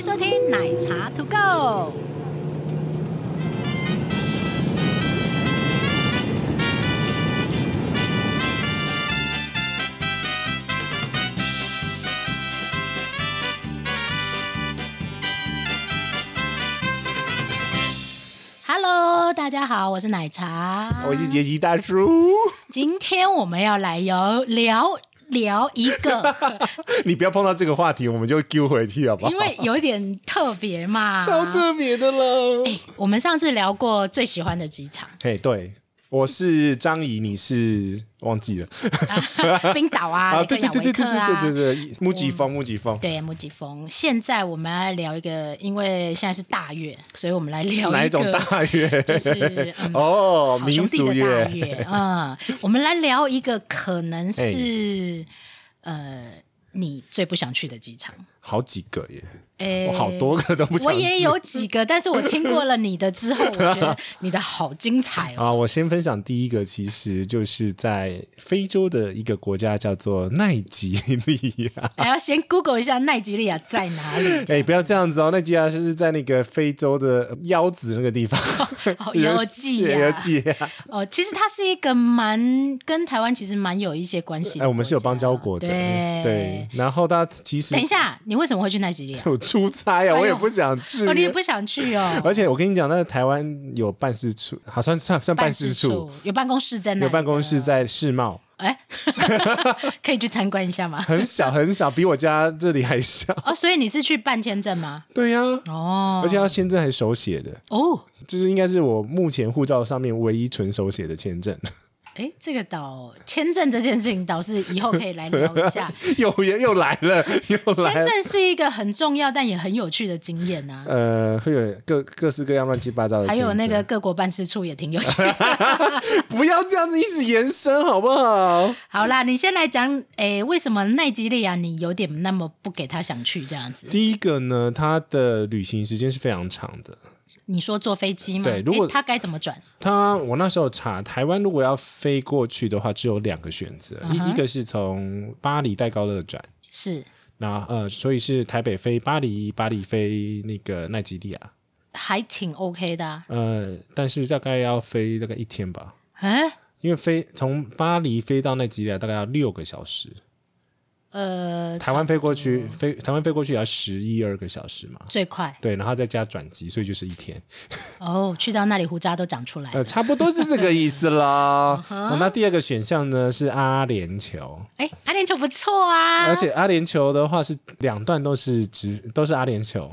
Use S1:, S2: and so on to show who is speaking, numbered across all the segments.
S1: 收听奶茶 To Go。Hello，大家好，我是奶茶，
S2: 我是杰西大叔，
S1: 今天我们要来聊聊聊一个，
S2: 你不要碰到这个话题，我们就丢回去好不好？
S1: 因为啊有一点特别嘛。
S2: 超特别的了。
S1: 哎、我们上次聊过最喜欢的机 场，
S2: 嘿，对，我是张怡，你是忘记了
S1: 啊冰岛啊，那
S2: 对
S1: 个雅
S2: 对对
S1: 维
S2: 对
S1: 克
S2: 对对对
S1: 啊。
S2: 对对，木吉风木吉风，
S1: 对，木吉峰。现在我们来聊一个，因为现在是大月，所以我们来聊一个
S2: 哪一种大乐？
S1: 就是嗯
S2: 哦，
S1: 好
S2: 民
S1: 兄弟
S2: 俗
S1: 的
S2: 乐
S1: 大，月。 嗯，我们来聊一个可能是
S2: 哎
S1: 呃你最不想去的机场。
S2: 好几个耶，
S1: 诶
S2: 我好多个都不想
S1: 我
S2: 去
S1: 也有几个，但是我听过了你的之后，我觉得你的好精彩 哦。
S2: 啊，我先分享第一个，其实就是在非洲的一个国家叫做奈及利亚。
S1: 哎还要先 Google 一下奈及利亚在哪里。
S2: 哎、不要这样子哦！奈及利亚是在那个非洲的腰子那个地方，
S1: 哦腰际呀
S2: 腰际呀
S1: 哦，其实它是一个蛮跟台湾其实蛮有一些关系的国
S2: 哎、
S1: 家。
S2: 我们是有邦交国的，
S1: 对。
S2: 然后他其实？
S1: 等一下，你为什么会去奈及利亚
S2: 有出差呀、
S1: 呦
S2: 我也不想去。
S1: 哦，你也不想去哦。
S2: 而且我跟你讲，那台湾有办事处，好算算算办事处，
S1: 有办公室在那，
S2: 有办公室。在世贸，
S1: 哎， 可以去参观一下吗？
S2: 很小很小，比我家这里还小。
S1: 哦，所以你是去办签证吗？
S2: 对呀、
S1: 哦
S2: 而且他签证还手写的，
S1: 哦，
S2: 就是应该是我目前护照上面唯一纯手写的签证，
S1: 哎，这个倒签证这件事情倒是以后可以来聊一 下。
S2: 又又来了，又
S1: 签
S2: 来了。
S1: 证是一个很重要但也很有趣的经验呐、
S2: 呃，会有各各式各样乱七八糟的
S1: 还
S2: 签证，
S1: 有那个各国办事处也挺有趣的。
S2: 不要这样子一直延伸好不好？
S1: 好啦，你先来讲，诶，为什么奈及利亚你有点那么不给他想去这样子？
S2: 第一个呢，它的旅行时间是非常长的。
S1: 你说坐飞机吗？
S2: 对如果
S1: 诶他该怎么转？
S2: 它我那时候查，台湾如果要飞过去的话，只有两个选择，
S1: 嗯
S2: 一、一个是从巴黎带高乐转，
S1: 是
S2: 那呃，所以是台北飞巴黎，巴黎飞那个奈及利亚，
S1: 还挺 OK 的、啊，
S2: 呃，但是大概要飞大概一天吧，
S1: 诶，
S2: 因为飞从巴黎飞到奈及利亚大概要六个小时，
S1: 呃，
S2: 台湾飞过去飞台湾飞过去也要十一二个小时嘛，
S1: 最快
S2: 对，然后再加转机，所以就是一天。
S1: 哦，去到那里胡渣都长出来
S2: 呃，
S1: 了。
S2: 差不多是这个意 思啦。好那第二个选项呢是阿联酋，
S1: 诶，阿联酋不错啊，
S2: 而且阿联酋的话是两段都是直都是阿联酋。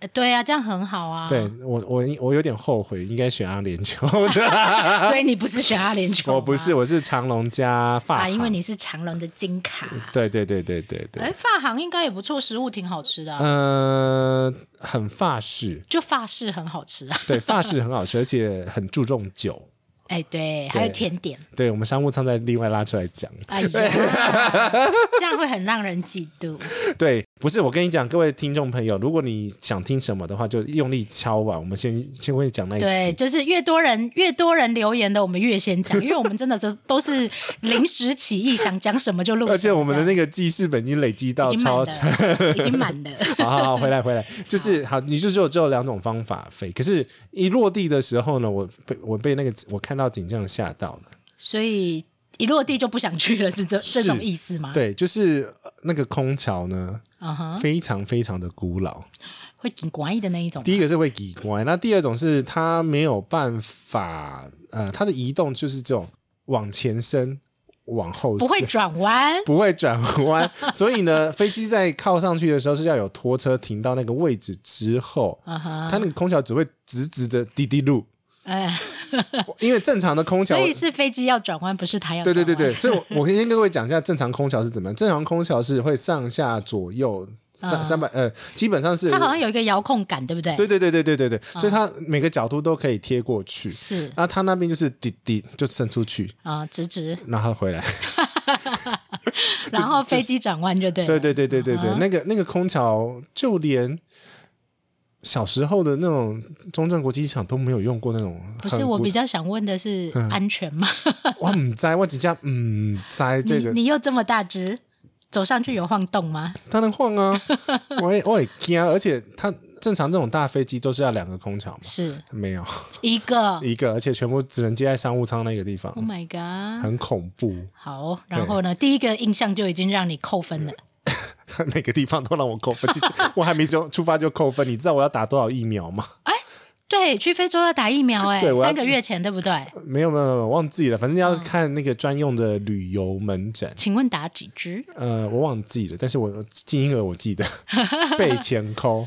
S1: 呃对啊，这样很好啊。
S2: 对，我我我有点后悔，应该选阿联酋 的。
S1: 所以你不是选阿联酋吗，
S2: 我不是，我是长隆加发
S1: 啊，
S2: 行。
S1: 因为你是哎长隆的金卡。
S2: 对对对对对
S1: 诶，
S2: 对，
S1: 发行应该也不错，食物挺好吃的啊、
S2: 嗯、很法式，
S1: 就法式很好吃啊。
S2: 对法式很好吃，而且很注重酒。
S1: 诶，对，还有
S2: 对
S1: 甜点。
S2: 对我们商务舱再另外拉出来讲。
S1: 哎呀，这样会很让人嫉妒。
S2: 对，不是我跟你讲，各位听众朋友，如果你想听什么的话，就用力敲碗。我们先先会讲那一
S1: 对，
S2: 集。
S1: 就是越多人越多人留言的，我们越先讲，因为我们真的都都是临时起意，想讲什么就录什么。
S2: 而且我们的
S1: 这
S2: 那个记事本已经累积到
S1: 样已经满
S2: 超
S1: 了，已经满了。
S2: 好好好，回 来回来，就是好，你就只有只有两种方法飞。可是，一落地的时候呢，我被我被那个我看到景象吓到了。
S1: 所以一落地就不想去了，是这
S2: 是
S1: 这种意思吗？，
S2: 对，就是呃那个空桥呢，
S1: 嗯哼，
S2: 非常非常的古老。
S1: 会挺广义的那一种。
S2: 第一个是会奇怪，那第二种是它没有办法，呃，它的移动就是这种往前伸，往后
S1: 不会
S2: 伸
S1: 转弯，
S2: 不会转 弯，所以呢，飞机在靠上去的时候是要有拖车停到那个位置之后，
S1: 嗯
S2: 它
S1: 哼，
S2: 那个空桥只会直直的滴滴路，
S1: 哎，
S2: 因为正常的空桥
S1: 所，以是飞机要转弯，不是它要
S2: 对
S1: 转
S2: 对
S1: 弯。
S2: 对对，所以我我可以先跟各位讲一下正常空桥是怎么样。正常空桥是会上下左右三三百呃，基本上是
S1: 啊它好像有啊一个遥控杆，对不对？
S2: 对对对对对对对，所以它每个角度都可以贴过去。
S1: 是
S2: 那它那边就是滴滴就伸出去，
S1: 啊，直直，
S2: 然后回来。
S1: 然后飞机转弯就对了。啊嗯
S2: 对对对对对对，那个那个空桥，就连小时候的那种中正国际机场都没有用过那种很古。
S1: 不是，我比较想问的是安全吗？
S2: 我唔知，我只叫嗯知这
S1: 你
S2: 个
S1: 你又这么大只，走上去有晃动吗？
S2: 当然晃啊，我也我也惊，啊而且它正常这种大飞机都是要两个空调嘛，
S1: 是
S2: 没有
S1: 一个。
S2: 一个，而且全部只能接在商务舱那个地方，
S1: Oh my god！
S2: 很恐怖，
S1: 好，然后呢，第一个印象就已经让你扣分
S2: 嗯
S1: 了。
S2: 每个地方都让我扣分，其实我还没就出发就扣分，你知道我要打多少疫苗吗？
S1: 对，去非洲要打疫苗、哎
S2: 对，我要嗯
S1: 三个月前对不对？
S2: 没有没有没有，忘记了，反正
S1: 嗯
S2: 要看那个专用的旅游门诊。
S1: 请问打几支？
S2: 呃，我忘记了，但是我金额我记 得被钱扣，
S1: 哦，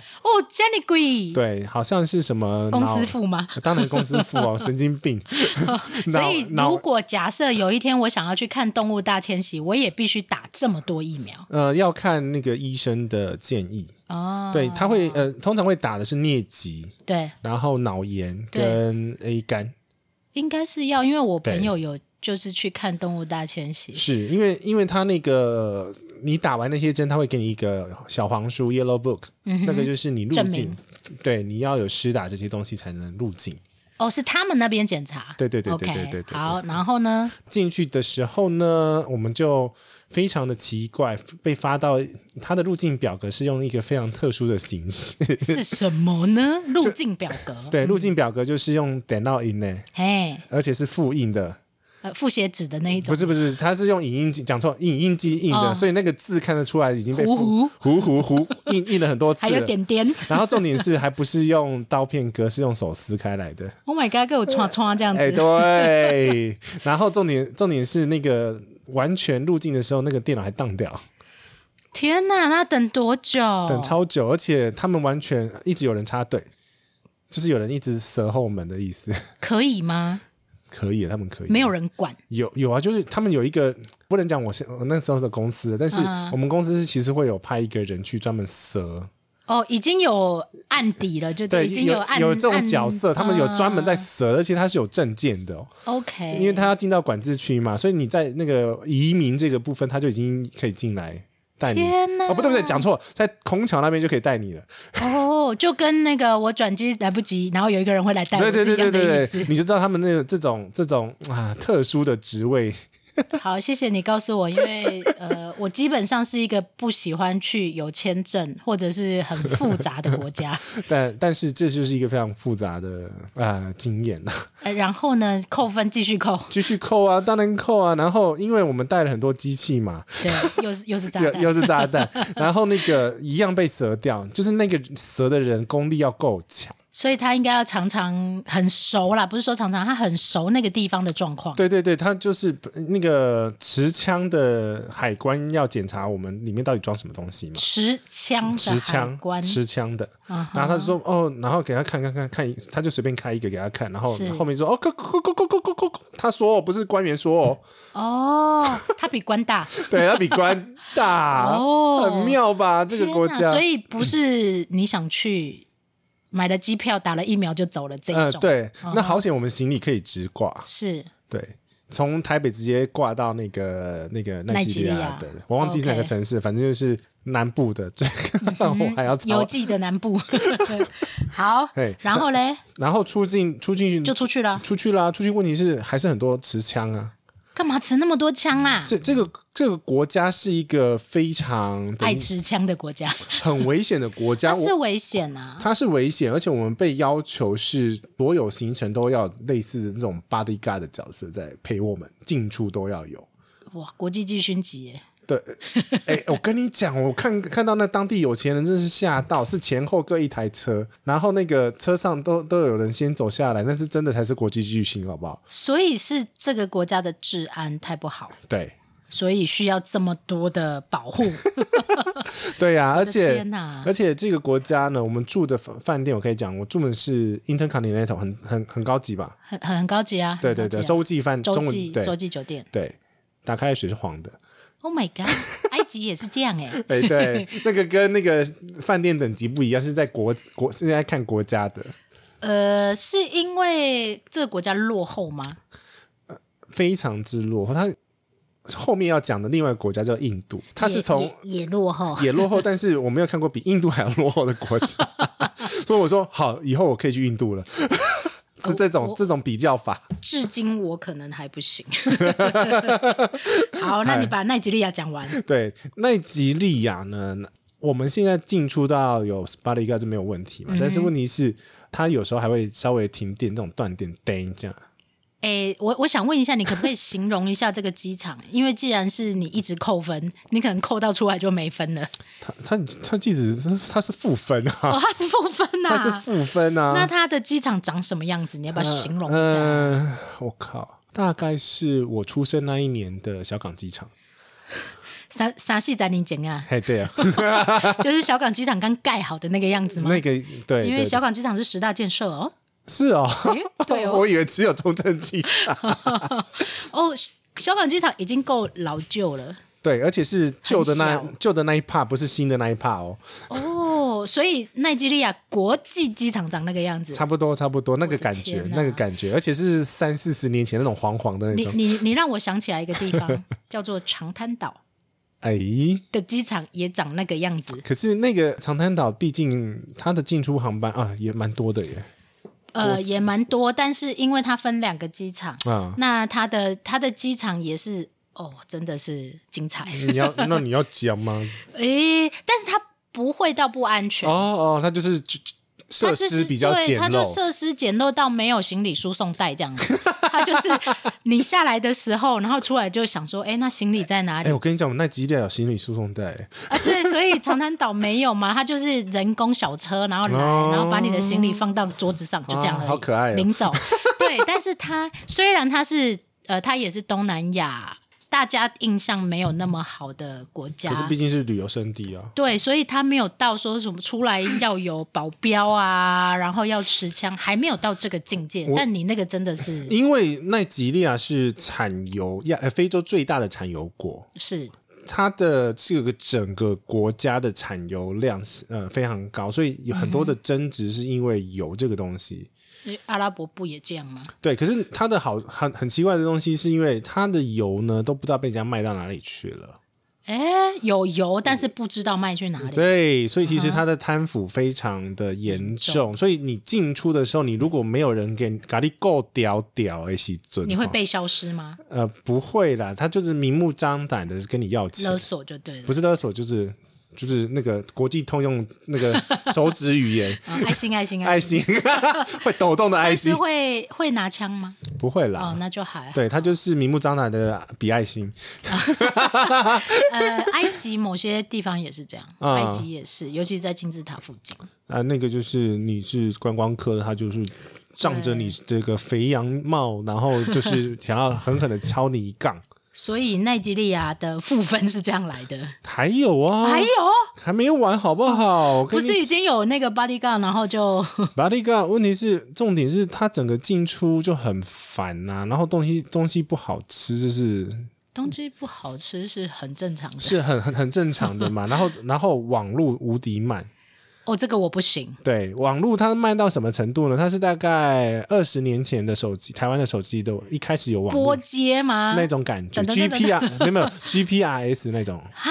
S1: 这么贵，
S2: 对，好像是什么
S1: 公
S2: 脑
S1: 司付吗？
S2: 当然公司付 哦，神经病。
S1: 所
S2: 脑
S1: 以，
S2: 脑
S1: 如果假设有一天我想要去看动物大迁徙，我也必须打这么多疫苗
S2: 呃要看那个医生的建议，
S1: 哦。
S2: 对，他会呃通常会打的是疟疾，
S1: 对，
S2: 然后脑炎
S1: 对
S2: 跟 A 肝，
S1: 应该是要，因为我
S2: 对
S1: 朋友有就是去看动物大迁徙，
S2: 是因为因为他那个你打完那些针，他会给你一个小黄书 （Yellow Book），、
S1: 嗯哼
S2: 那个就是你入
S1: 证
S2: 境
S1: 明，
S2: 对，你要有施打这些东西才能入境。
S1: 哦，是他们那边检查。
S2: 对对对对
S1: OK，
S2: 对对对对
S1: 好，然后 呢？
S2: 进去的时候呢，我们就非常的奇怪，被发到他的入境表格是用一个非常特殊的形式。
S1: 是什么呢？入境表格。
S2: 对，入境表格就是用点到印呢，
S1: 嘿，
S2: 而且是复印的，
S1: 呃，复写纸的那一
S2: 不
S1: 种，
S2: 是不是，不是它是用影印机讲错，影印机印的，
S1: 哦
S2: 所以那个字看得出来已经被复
S1: 糊
S2: 糊糊糊印印了很多次
S1: 还有
S2: 了。
S1: 点点。
S2: 然后重点是还不是用刀片割，是用手撕开来的。
S1: Oh my god，给我 刷刷这样子。
S2: 哎、对。然后重点重点是那个完全入境的时候，那个电脑还宕掉，
S1: 天哪，那等多久？
S2: 等超久，而且他们完全一直有人插队，就是有人一直折后门的意思。
S1: 可以吗？
S2: 可以，他们可以。
S1: 没有人管。
S2: 有有啊，就是他们有一个不能讲我是我那时候的公司，但是
S1: 嗯
S2: 我们公司是其实会有派一个人去专门折，
S1: 哦，已经有案底了，就
S2: 对，
S1: 已经
S2: 有
S1: 案
S2: 有这种
S1: 案
S2: 角色，他们有专门在
S1: 啊
S2: 折，而且他是有证件的、哦，
S1: OK，
S2: 因为他要进到管制区嘛，所以你在那个移民这个部分，他就已经可以进来带你。
S1: 天啊哪，
S2: 哦，不对不对，讲错，在孔桥那边就可以带你了。
S1: 哦，就跟那个我转机来不及，然后有一个人会来带我
S2: 对对
S1: 是
S2: 对
S1: 一样
S2: 对
S1: 的
S2: 对
S1: 意
S2: 对，
S1: 思。
S2: 你就知道他们那个这种这种啊特殊的职位，
S1: 好，谢谢你告诉我，因为呃，我基本上是一个不喜欢去有签证或者是很复杂的国家。
S2: 但但是这就是一个非常复杂的啊、经验了。
S1: 呃、然后呢，扣分继续扣，
S2: 继续扣啊，当然扣啊。然后因为我们带了很多机器嘛，
S1: 对，又是又是炸
S2: 又
S1: 弹。
S2: 又是炸弹，然后那个一样被折掉，就是那个折的人功力要够强。
S1: 所以他应该要常常很熟啦，不是说常常，他很熟那个地方的状况。
S2: 对对对，他就是那个持枪的海关要检查我们里面到底装什么东西嘛。
S1: 持枪的
S2: 持
S1: 海
S2: 枪
S1: 关，，
S2: 持枪的，
S1: 嗯哼
S2: 然后他就说哦，然后给他看看看看，他就随便开一个给他看，然后
S1: 是
S2: 后面说哦，扣扣扣扣扣扣扣扣，他说哦，不是官员说 哦，
S1: 哦，他比官大
S2: 对他比官大，
S1: 哦
S2: 很妙吧？ 这个国
S1: 天哪
S2: 家，
S1: 所以不是你想去买了机票打了疫苗就走了这一
S2: 嗯，
S1: 种，，啊
S2: 对，那好险，我们行李可以直挂，
S1: 是
S2: 对，从台北直接挂到那个那个奈
S1: 奈
S2: 及
S1: 及
S2: 利
S1: 利
S2: 亚
S1: 亚
S2: 的，我忘记是哪个
S1: OK
S2: 城市，反正就是南部的， 这个我还要
S1: 邮
S2: 查。
S1: 寄的南 部。好
S2: 啊嘿，
S1: 然后嘞
S2: 然后出境出境
S1: 就出去了，
S2: 出去啦，出去问题是还是很多持枪啊，
S1: 干嘛持那么多枪啊？
S2: 这这个这个国家是一个非常的
S1: 爱持枪的国家，
S2: 很危险的 国家，
S1: 它是
S2: 我。
S1: 危险啊。
S2: 它是危险，而且我们被要求是所有行程都要类似这种 bodyguard 的角色在陪我们，进出都要有。
S1: 哇，国际级巡级耶，
S2: 对，哎、 我跟你讲，我看看到那当地有钱人真是吓到，是前后各一台车，然后那个车上都都有人先走下来，那是真的才是国际巨星，好不好？
S1: 所以是这个国家的治安太不好，
S2: 对，
S1: 所以需要这么多的保 护。
S2: 对呀、而
S1: 我的
S2: 且
S1: 天哪
S2: 而且这个国家呢，我们住的饭饭店，我可以讲，我住的是 Intercontinental，很很很高级吧？
S1: 很很很高级啊！
S2: 对
S1: 很
S2: 对
S1: 高
S2: 对，
S1: 级啊
S2: 洲际饭，中
S1: 洲
S2: 文
S1: 际洲
S2: 对
S1: 际酒店。
S2: 对，打开水是黄的。
S1: Oh my god，埃及也是这样哎、
S2: 哎， 对，那个跟那个饭店等级不一样，是在国国是在看国家的。
S1: 呃，是因为这个国家落后吗？
S2: 非常之落后。它后面要讲的另外一个国家叫印度，它是从
S1: 也也也落后。
S2: 也落后，但是我没有 看过比印度还要落后的国家，所以我说好，以后我可以去印度了。是这种、
S1: 哦我
S2: 这种比较法。
S1: 至今我可能还不 行。好，那你把奈及利亚讲完。
S2: 对，奈及利亚呢，我们现在进出到有 Spotify 是没有问题
S1: 嗯
S2: 嘛，但是问题是它有时候还会稍微停电，这种断电 day 这样。
S1: 诶，我我想问一下，你可不可以形容一下这个机场？因为既然是你一直扣分，你可能扣到出来就没分了。
S2: 它它它即使是它是负分啊，
S1: 哦，它是负分 呐、
S2: 它是负分啊。
S1: 那它的机场长什么样子？你要不要形容一下？
S2: 嗯、呃我靠，大概是我出生那一年的小港机场。
S1: 啥啥戏在你讲啊？
S2: 嘿，对 啊，
S1: 就是小港机场刚盖好的那个样子吗？
S2: 那个对，
S1: 因
S2: 对
S1: 为小港机场是十大建设哦。
S2: 是哦，
S1: 诶对哦
S2: 我以为只有中正机场。
S1: 哦，小港机场已经够老旧了
S2: 对，而且是旧的那
S1: 很小
S2: 旧的那一 part，不是新的那一 part 哦，
S1: 哦，所以奈及利亚国际机场长那个样子。
S2: 差不多差不多那个
S1: 我的
S2: 感觉
S1: 天，哪
S2: 那个感觉，而且是三四十年前那种黄黄的那
S1: 你
S2: 种。
S1: 你你让我想起来一个地方，叫做长滩岛
S2: 哎，
S1: 的机场也长那个样子。
S2: 可是那个长滩岛，毕竟它的进出航班啊也蛮多的耶，
S1: 呃，也蛮多，但是因为它分两个机场，
S2: 啊。
S1: 那它的它的机场也是哦，真的是精彩。
S2: 你要那你要讲 吗？
S1: 诶，但是它不会到不安全，
S2: 哦哦，它就是就就
S1: 它就
S2: 设
S1: 是
S2: 施比较
S1: 对
S2: 简
S1: 它就
S2: 陋，
S1: 设施简陋到没有行李输送带这样子。它就是你下来的时候，然后出来就想说，诶，那行李在哪
S2: 哎、
S1: 里？
S2: 我跟你讲，我们那几点有行李输送带，
S1: 啊，对，所以长滩岛没有嘛，它就是人工小车，然后来，
S2: 哦
S1: 然后把你的行李放到桌子上，就这样而已、
S2: 啊好可爱哦
S1: 领走。对，但是它虽然它是呃，它也是东南亚大家印象没有那么好的国家
S2: 可，是毕竟是旅游胜地啊。
S1: 对，所以它没有到说什么出来要有保镖啊，然后要持枪，还没有到这个境界。但你那个真的是
S2: 因为奈及利亚是产油亚呃非洲最大的产油国，
S1: 是
S2: 它的这个整个国家的产油量是呃非常高，所以有很多的争执是因为油这个东西。
S1: 阿拉伯不也这样吗？
S2: 对，可是它的好很很奇怪的东西，是因为它的油呢都不知道被人家卖到哪里去了。
S1: 哎，有油，但是不知道卖去哪里。
S2: 对，所以其实它的贪腐非常的
S1: 嗯
S2: 严重，所以你进出的时候，你如果没有人给咖喱够屌屌的时准，
S1: 你会
S2: 哦
S1: 被消失吗？
S2: 呃不会啦，他就是明目张胆的跟你要钱
S1: 勒，索就对了
S2: 不。是勒索就是就是那个国际通用那个手指语言。
S1: 啊爱心， 爱心，
S2: 爱心 会抖动的爱
S1: 但是
S2: 心
S1: 会会拿枪吗？
S2: 不会
S1: 哦
S2: 啦，，
S1: 那就还好。
S2: 对他就是明目张胆的比爱心，
S1: 呃，埃及某些地方也是这样，
S2: 啊
S1: 埃及也是，尤其是在金字塔附近。
S2: 啊，那个就是你是观光客，他就是仗着你这个肥羊帽，然后 就是想要狠狠的敲你一杠。
S1: 所以奈及利亚的负分是这样来的。
S2: 还有 啊，
S1: 还有，
S2: 还没有完好不好？我
S1: 不
S2: 跟你
S1: 是已经有那个 bodyguard，然后就
S2: 巴利嘎，问题是重点是它整个进出就很烦呐、然后东西东西不好吃，就是
S1: 东西不好吃是很正常的。
S2: 是很很很正常的嘛。然后然后网络无敌慢，
S1: 哦，这个我不行。
S2: 对，网络它慢到什么程度呢？它是大概二十年前的手机，台湾的手机都一开始有网
S1: 波
S2: 络
S1: 接吗？
S2: 那种感觉
S1: 啊等等等等
S2: ，GPR 没有没有 GPRS 那种啊，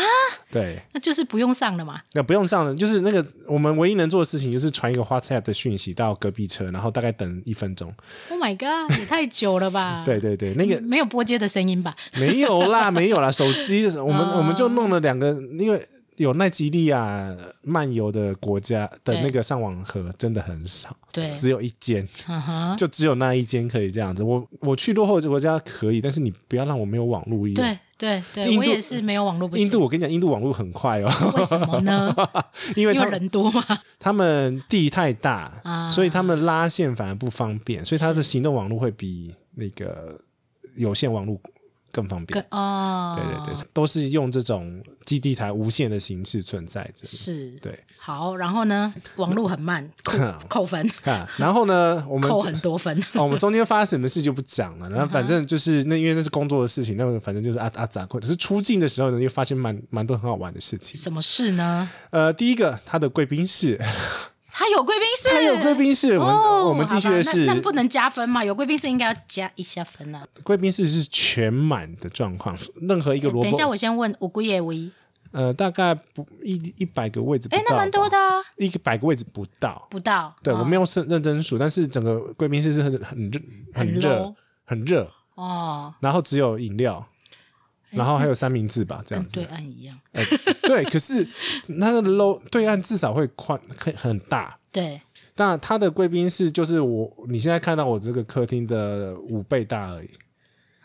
S2: 对。
S1: 那就是不用上了嘛。
S2: 那不用上了，就是那个我们唯一能做的事情就是传一个 WhatsApp 的讯息到隔壁车，然后大概等一分钟。
S1: Oh my god，也太久了吧？
S2: 对，对对，那个
S1: 没有波接的声音吧？
S2: 没有啦，没有啦，手机我们、我们就弄了两个，因为有奈及利亚漫游的国家的那个上网盒真的很少，
S1: 对
S2: 只有一间，
S1: 嗯哼，
S2: 就只有那一间可以这样子。我我去落后的国家可以，但是你不要让我没有网络一样。
S1: 对对对，
S2: 印
S1: 我
S2: 度
S1: 也是没有网络不行。
S2: 印度，我跟你讲，印度网络很快哦，
S1: 为什么呢？
S2: 因为
S1: 因
S2: 他
S1: 为人多嘛。
S2: 他们地太大，
S1: 啊
S2: 所以他们拉线反而不方便，所以他的行动网络会比那个有线网络更方便
S1: 跟。哦，
S2: 对对对，都是用这种基地台无线的形式存在着。
S1: 是。
S2: 对，
S1: 好，然后呢，网路很慢， 扣扣分，
S2: 看，然后呢，我们
S1: 扣很多分。
S2: 哦，我们中间发生什么事就不讲 了。然后反正就是那，因为那是工作的事情，那个反正就是啊啊咋可是出境的时候呢，又发现蛮蛮多很好玩的事情。
S1: 什么事呢？
S2: 呃，第一个，他的贵宾室，
S1: 他有贵宾室，
S2: 他有贵宾室，我们、
S1: 哦，
S2: 我们进去的
S1: 好吧那那
S2: 是
S1: 不能加分嘛？有贵宾室应该要加一下分啊。
S2: 贵宾室是全满的状况，任何一个萝
S1: 哎等一下，
S2: 卜
S1: 我先问五姑爷喂，
S2: 呃，大概不一一百个位置不
S1: 哎
S2: 到，，
S1: 那蛮多的，啊，
S2: 一百个位置不到。
S1: 不到。
S2: 对，我没
S1: 有
S2: 有认认真数，但是整个贵宾室是很很热、很
S1: 很
S2: 热
S1: low、
S2: 很热，
S1: 哦，
S2: 然后只有饮料，
S1: 哎
S2: 然后还有三明治吧，这样
S1: 跟
S2: 子
S1: 对。岸一样。
S2: 哎对，可是那个 low 对岸至少会宽很很大，
S1: 对，
S2: 那它的贵宾室就是我你现在看到我这个客厅的五倍大而已，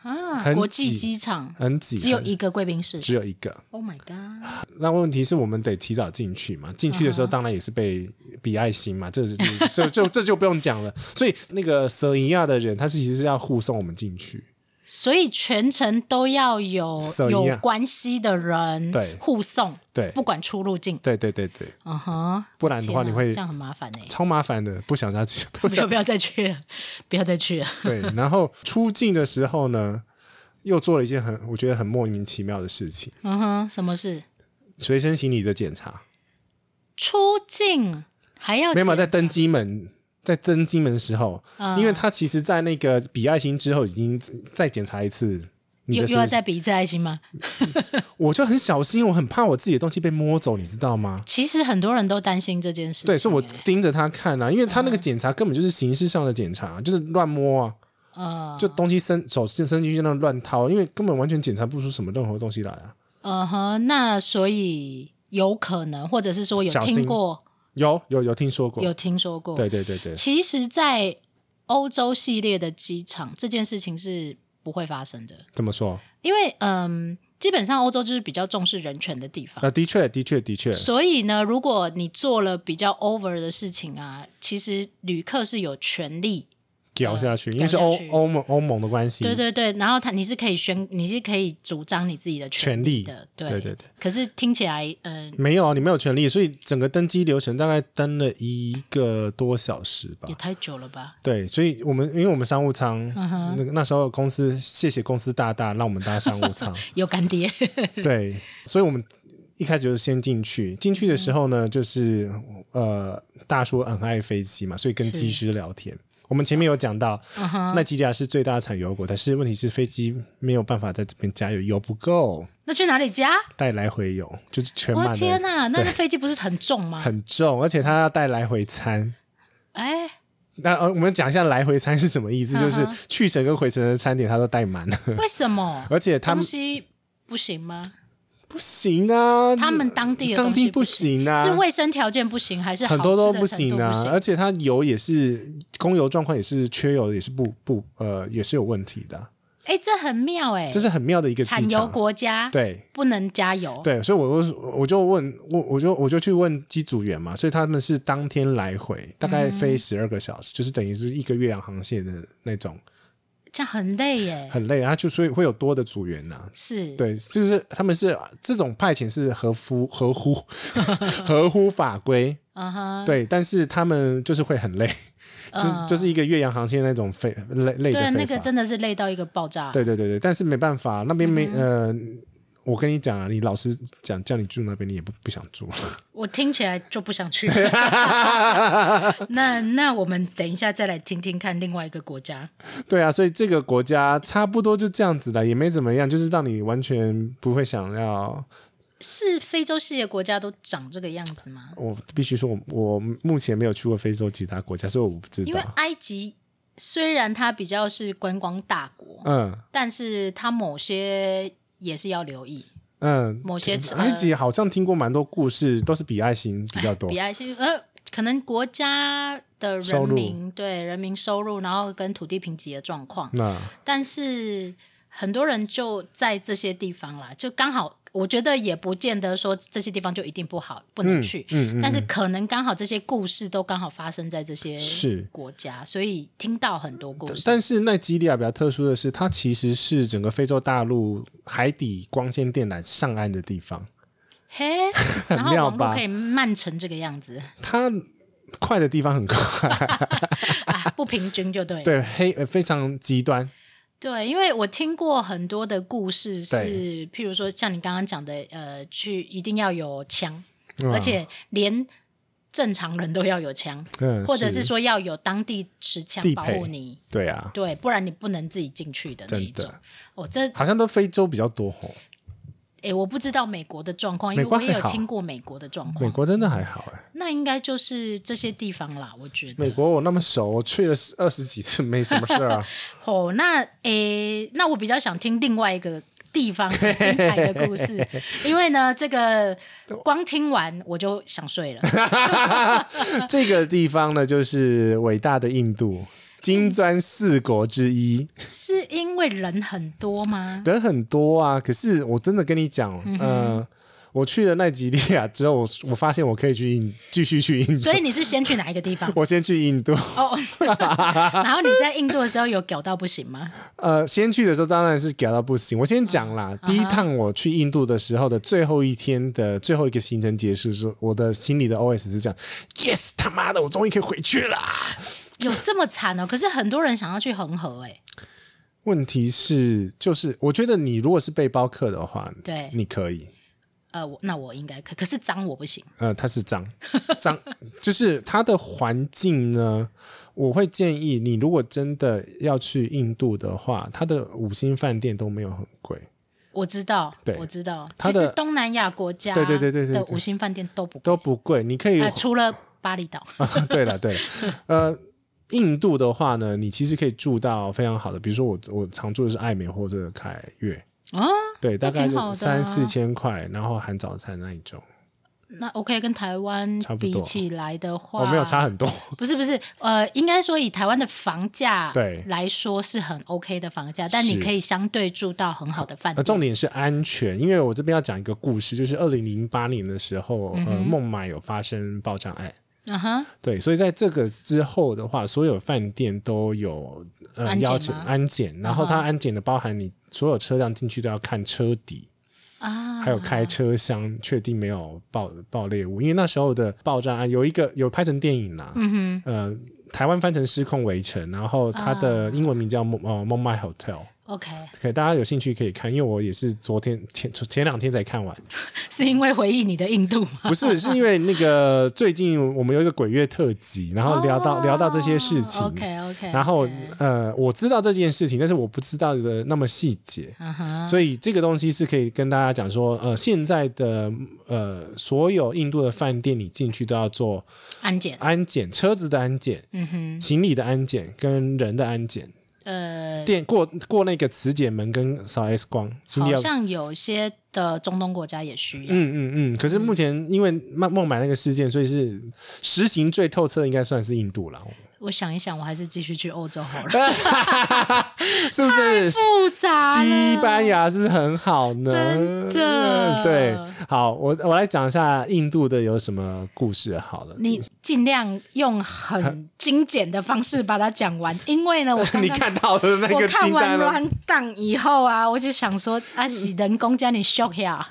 S1: 啊，
S2: 很
S1: 国际
S2: 挤
S1: 机场
S2: 很挤，
S1: 只有
S2: 很
S1: 一个贵宾室。
S2: 只有一个。
S1: Oh my god！
S2: 那问题是我们得提早进去嘛？进去的
S1: 嗯
S2: 时候当然也是被比爱心嘛，这是这这这这就不用讲了。所以那个舍尼亚的人，他是其实是要护送我们进去。
S1: 所以全程都要有
S2: 手一样
S1: 有关系的人
S2: 对
S1: 护送，
S2: 对
S1: 不管出入境。
S2: 对对对对，
S1: 嗯哼，
S2: 不然的话
S1: 天
S2: 你
S1: 啊
S2: 会
S1: 这样很麻烦呢。
S2: 超麻烦的，不想让自己。
S1: 不要不要再去了，不要再去了。
S2: 对，然后出境的时候呢，又做了一件很我觉得很莫名其妙的事情
S1: 嗯哼，什么事？
S2: ——随身行李的检查。
S1: 出境还要
S2: 没有
S1: 检
S2: 在登机门，在登机门的时候，
S1: 嗯
S2: 因为他其实，在那个比爱心之后，已经再检查一次你
S1: 又
S2: 的
S1: 又要
S2: 身
S1: 再比一次爱心吗？
S2: 我就很小心，我很怕我自己的东西被摸走，你知道吗？
S1: 其实很多人都担心这件事情欸。
S2: 对，所以我盯着他看啊，因为他
S1: 嗯
S2: 那个检查根本就是形式上的检查，就是乱摸啊，
S1: 呃，
S2: 就东西伸手伸进去就那乱掏，因为根本完全检查不出什么任何东西来啊。
S1: 嗯哼，那所以有可能，或者是说有
S2: 小心
S1: 听过，
S2: 有有有听说过，
S1: 有听说过。
S2: 对对对对，
S1: 其实，在欧洲系列的机场，这件事情是不会发生的，
S2: 怎么说？
S1: 因为嗯，基本上欧洲就是比较重视人权的地方。
S2: 啊，的确的确的确，
S1: 所以呢，如果你做了比较 over 的事情啊，其实旅客是有权利，
S2: 咬下去，因为是
S1: 咬呃下
S2: 欧
S1: 去
S2: 欧盟欧盟的关系，
S1: 对对对，然后他你是可以宣，你是可以主张你自己的
S2: 权
S1: 利
S2: 利
S1: 的，
S2: 对对对。
S1: 可是听起来，嗯、
S2: 没有啊，你没有权利，所以整个登机流程大概登了一个多小时吧
S1: 也。太久了吧？
S2: 对，所以我们因为我们商务舱，
S1: 嗯哼
S2: 那个那时候公司谢谢公司大大让我们搭商务 舱，
S1: 有干爹，
S2: 对，所以我们一开始就先进去。进去的时候
S1: 嗯
S2: 呢，就是呃，大叔很爱飞机嘛，所以跟
S1: 是
S2: 机师聊天。我们前面有讲到，
S1: 嗯哼，
S2: 奈吉利亚是最大的产油国，但是问题是飞机没有办法在这边加油，油不够，
S1: 那去哪里加？
S2: 带来回油就是全
S1: 我
S2: 满
S1: 的天
S2: 了，
S1: 哪、那那飞机不是很重吗？
S2: 欸很重，而且他要带来回餐。
S1: 哎，
S2: 那呃，我们讲一下来回餐是什么意思，就是
S1: 嗯哼
S2: 去程跟回程的餐点他都带满了，
S1: 为什 么？
S2: 而且他
S1: 东
S2: 们
S1: 西不行吗？
S2: 不行啊，
S1: 他们当地的
S2: 当
S1: 东
S2: 地
S1: 西不
S2: 行啊，
S1: 是卫生条件不行，还是
S2: 很多都
S1: 不
S2: 行
S1: 不
S2: 啊，
S1: 行
S2: 而且它油也是供油状况也是缺油也是不不呃也是有问题的啊，
S1: 哎、这很妙哎、
S2: 这是很妙的一个机
S1: 产油啊
S2: 场。
S1: 国家
S2: 对
S1: 不能加油，
S2: 对，所以我就我就问我我就我就去问机组员嘛，所以他们是当天来回，大概
S1: 嗯
S2: 飞十二个小时，就是等于是一个岳阳航线的那种，
S1: 这样很累耶。
S2: 很累啊，就所以会有多的组员呐、啊
S1: 是，
S2: 对，就是他们是这种派遣是合乎合乎 合乎法规，
S1: 嗯哼，
S2: 对，但是他们就是会很 累，就是、
S1: 嗯
S2: 就是一个岳阳航线那种飞累累的
S1: 对，啊
S2: 飞
S1: 那个
S2: 法
S1: 真的是累到一个爆炸。
S2: 对对对对，但是没办法，那边没、
S1: 嗯
S2: 呃，我跟你讲啊，你老师讲叫你住那边，你也不不想 住。
S1: 我听起来就不想去。
S2: 啊
S1: 那那我们等一下再来听听看另外一个国家。
S2: 对啊，所以这个国家差不多就这样子了，也没怎么样，就是让你完全不会想要。
S1: 是非洲系的国家都长这个样子吗？
S2: 我必须说我，我目前没有去过非洲其他国家，所以我不知
S1: 因为
S2: 道。
S1: 埃及虽然它比较是观光大国，
S2: 嗯
S1: 但是它某些也是要留意，
S2: 嗯，
S1: 某些
S2: 埃及好像听过蛮多故事，都是比爱心比较
S1: 呃
S2: 多
S1: 比。埃及呃，可能国家的
S2: 收
S1: 人
S2: 入
S1: 民对人民收入，然后跟土地贫瘠的状况，
S2: 那
S1: 但是很多人就在这些地方啦，就刚好。我觉得也不见得说这些地方就一定不好，不能去。
S2: 嗯嗯嗯
S1: 但是可能刚好这些故事都刚好发生在这些
S2: 是
S1: 国家，所以听到很多故事。
S2: 但是奈及利亚比较特殊的是，它其实是整个非洲大陆海底光纤电缆上岸的地方，
S1: 嘿，然后
S2: 妙
S1: 网络
S2: 吧
S1: 可以慢成这个样子，
S2: 它快的地方很快，
S1: 啊，不平均就对了。
S2: 对，黑呃非常极端，
S1: 对，因为我听过很多的故事是
S2: 对，
S1: 譬如说像你刚刚讲的，呃，去一定要有枪，
S2: 嗯
S1: 而且连正常人都要有枪，
S2: 嗯，
S1: 或者是说要有当地持枪
S2: 地
S1: 保
S2: 陪
S1: 护你，
S2: 对啊，
S1: 对，不然你不能自己进去的那一
S2: 真
S1: 种
S2: 的。
S1: 哦，这
S2: 好像都非洲比较多吼，
S1: 诶、诶，我不知道美国的状况，因
S2: 美
S1: 为
S2: 国
S1: 我也
S2: 还
S1: 有
S2: 好
S1: 听过美国的状
S2: 美
S1: 况。
S2: 国真的还好哎、
S1: 那应该就是这些地方啦，我觉
S2: 美
S1: 得。
S2: 国我那么熟，我去了二十几次，没什么事儿 啊。
S1: 哦，那诶，那我比较想听另外一个地方精彩的故事， 因为呢，这个光听完我就想睡了。
S2: 这个地方呢，就是伟大的印度，金砖四国之一，
S1: 是因为人很多吗？
S2: 人很多啊。可是我真的跟你讲，
S1: 嗯
S2: 呃，我去了奈及利亚之后，我我发现我可以去印，继续去印度
S1: 所。以你是先去哪一个地方
S2: ？我先去印度，
S1: 哦，然后你在印度的时候有屌到不行吗？
S2: 呃，先去的时候当然是屌到不行。我先讲啦，
S1: 嗯
S2: 第一趟我去印度的时候的最后一天的最后一个行程结束的时候，我的心里的 OS 是这样：Yes，他妈的，我终于可以回去了。
S1: 有这么惨哦？可是很多人想要去恒河、欸，
S2: 问题是，就是我觉得你如果是背包客的话，
S1: 对
S2: 你可以。
S1: 呃，我那我应该可，可是脏我不行。
S2: 呃，它是脏脏，就是它的环境呢，我会建议你，如果真的要去印度的话，它的五星饭店都没有很贵。
S1: 我知道
S2: 对，
S1: 我知道。
S2: 它
S1: 其
S2: 的
S1: 实东南亚国家
S2: 对对对对对
S1: 的
S2: 对
S1: 五星饭店都不贵，
S2: 都不贵，你可以
S1: 呃，除了巴厘岛。
S2: 对 了对了，呃，印度的话呢，你其实可以住到非常好的，比如说我我常住的是艾美或者凯悦，
S1: 哦，
S2: 对，大概
S1: 挺好
S2: 就
S1: 的
S2: 三
S1: 啊
S2: 四千块，然后含早餐那一种，
S1: 那 OK，跟台湾
S2: 差不
S1: 比
S2: 多
S1: 起来的话，
S2: 哦，没有差。很多，
S1: 不是不是，呃，应该说以台湾的房价
S2: 对
S1: 来说是很 OK 的房价，但你
S2: 是
S1: 可以相对住到很好的饭
S2: 呃，
S1: 店。
S2: 重点是安全，因为我这边要讲一个故事，就是二零零八年的时候，呃，孟买有发生爆炸案。
S1: 嗯哼，
S2: 对，所以在这个之后的话，所有饭店都有呃
S1: 安检
S2: 邀请
S1: 吗嗯
S2: 安检，然后它安检的包含你所有车辆进去都要看车底，
S1: 啊，
S2: 还有开车厢，确定没有爆爆裂物。因为那时候的爆炸案有一个有拍成电影啦，
S1: 嗯
S2: 呃，台湾翻成《失控围城》，然后它
S1: 啊
S2: 的英文名叫孟呃孟买 Hotel。
S1: 哼，OK，
S2: 可以，大家有兴趣可以看，因为我也是昨天前前两天才 看完，
S1: 是因为回忆你的印度吗？
S2: 不是，是因为那个最近我们有一个鬼月特辑，然后聊
S1: 哦
S2: 到、聊到这些事情
S1: OK OK，
S2: 然后呃，我知道这件事情，但是我不知道的那么细节。
S1: 嗯哼，
S2: 所以这个东西是可以跟大家讲说，呃，现在的呃所有印度的饭店，你进去都要做
S1: 安检，
S2: 安检，车子的安检、
S1: 嗯哼，
S2: 行李的安检跟人的安检，
S1: 呃，
S2: 店过过那个磁检门跟扫 X 光，行李
S1: 好
S2: 要。
S1: 像有些的中东国家也需要。
S2: 嗯嗯嗯，可是目前因为孟孟买那个事件，所以是实行最透彻，应该算是印度了，
S1: 我想一想，我还是继续去欧洲好了。
S2: 是不是？
S1: 复杂了，
S2: 西班牙是不是很好呢？
S1: 真的
S2: 对，好，我我来讲一下印度的有什么故事好了。
S1: 你尽量用很精简的方式把它讲完，因为呢，我刚
S2: 你
S1: 刚
S2: 看到的那
S1: 我
S2: 个
S1: 看
S2: 清
S1: 完 r
S2: 单哦了
S1: u？n d o w 以后啊，我就想说，啊，是人工叫你 shock 呀。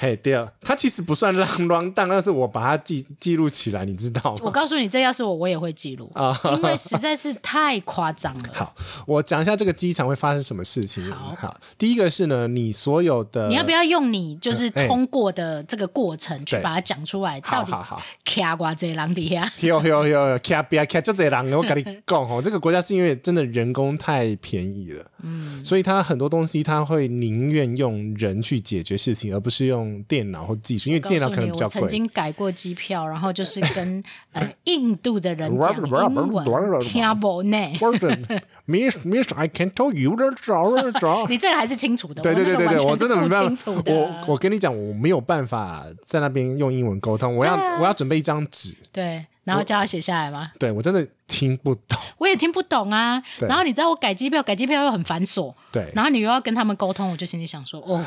S2: 嘿，对了，它其实不算让 run down，但是我把它记记录起来，你知道
S1: 我
S2: 吗？
S1: 告诉你，这要是我，我也会记录，因为实在是太夸张了。
S2: 啊好，我讲一下这个机场会发生什么事情。
S1: 好
S2: 第一个是呢，你所有的
S1: 你要不要用你就是
S2: 哎
S1: 通过的这个过程去
S2: 呃对
S1: 把它讲出来？
S2: 好
S1: 到底
S2: 好好。
S1: 卡瓜这狼底下？
S2: 有 有有有，卡比亚卡就这人，我跟你讲哦，这个国家是因为真的人工太便宜了，嗯，所以它很多东西它会宁愿用人去解决事情，而不是用电脑或技术，因为
S1: 告
S2: 电脑
S1: 诉
S2: 可能
S1: 你，
S2: 比
S1: 我
S2: 较
S1: 曾
S2: 贵。
S1: 经改过机票，然后就是跟呃印度的人 讲英文，听不呢。
S2: Miss Miss I can tell you the t r t
S1: 你这个还是清楚的，
S2: 对对对对，
S1: 我
S2: 我
S1: 那
S2: 真
S1: 个
S2: 的没
S1: 完全是不清楚，
S2: 办法
S1: 的。
S2: 我我跟你讲，我没有办法在那边用英文沟通，我要
S1: 啊
S2: 我要准备一张纸，
S1: 对，然后叫他写下来嘛，
S2: 对我真的听不懂，
S1: 我也听不懂啊。
S2: 对
S1: 然后你知道我改机票，改机票又很繁琐，
S2: 对，
S1: 然后你又要跟他们沟通，我就心里想说， 哦，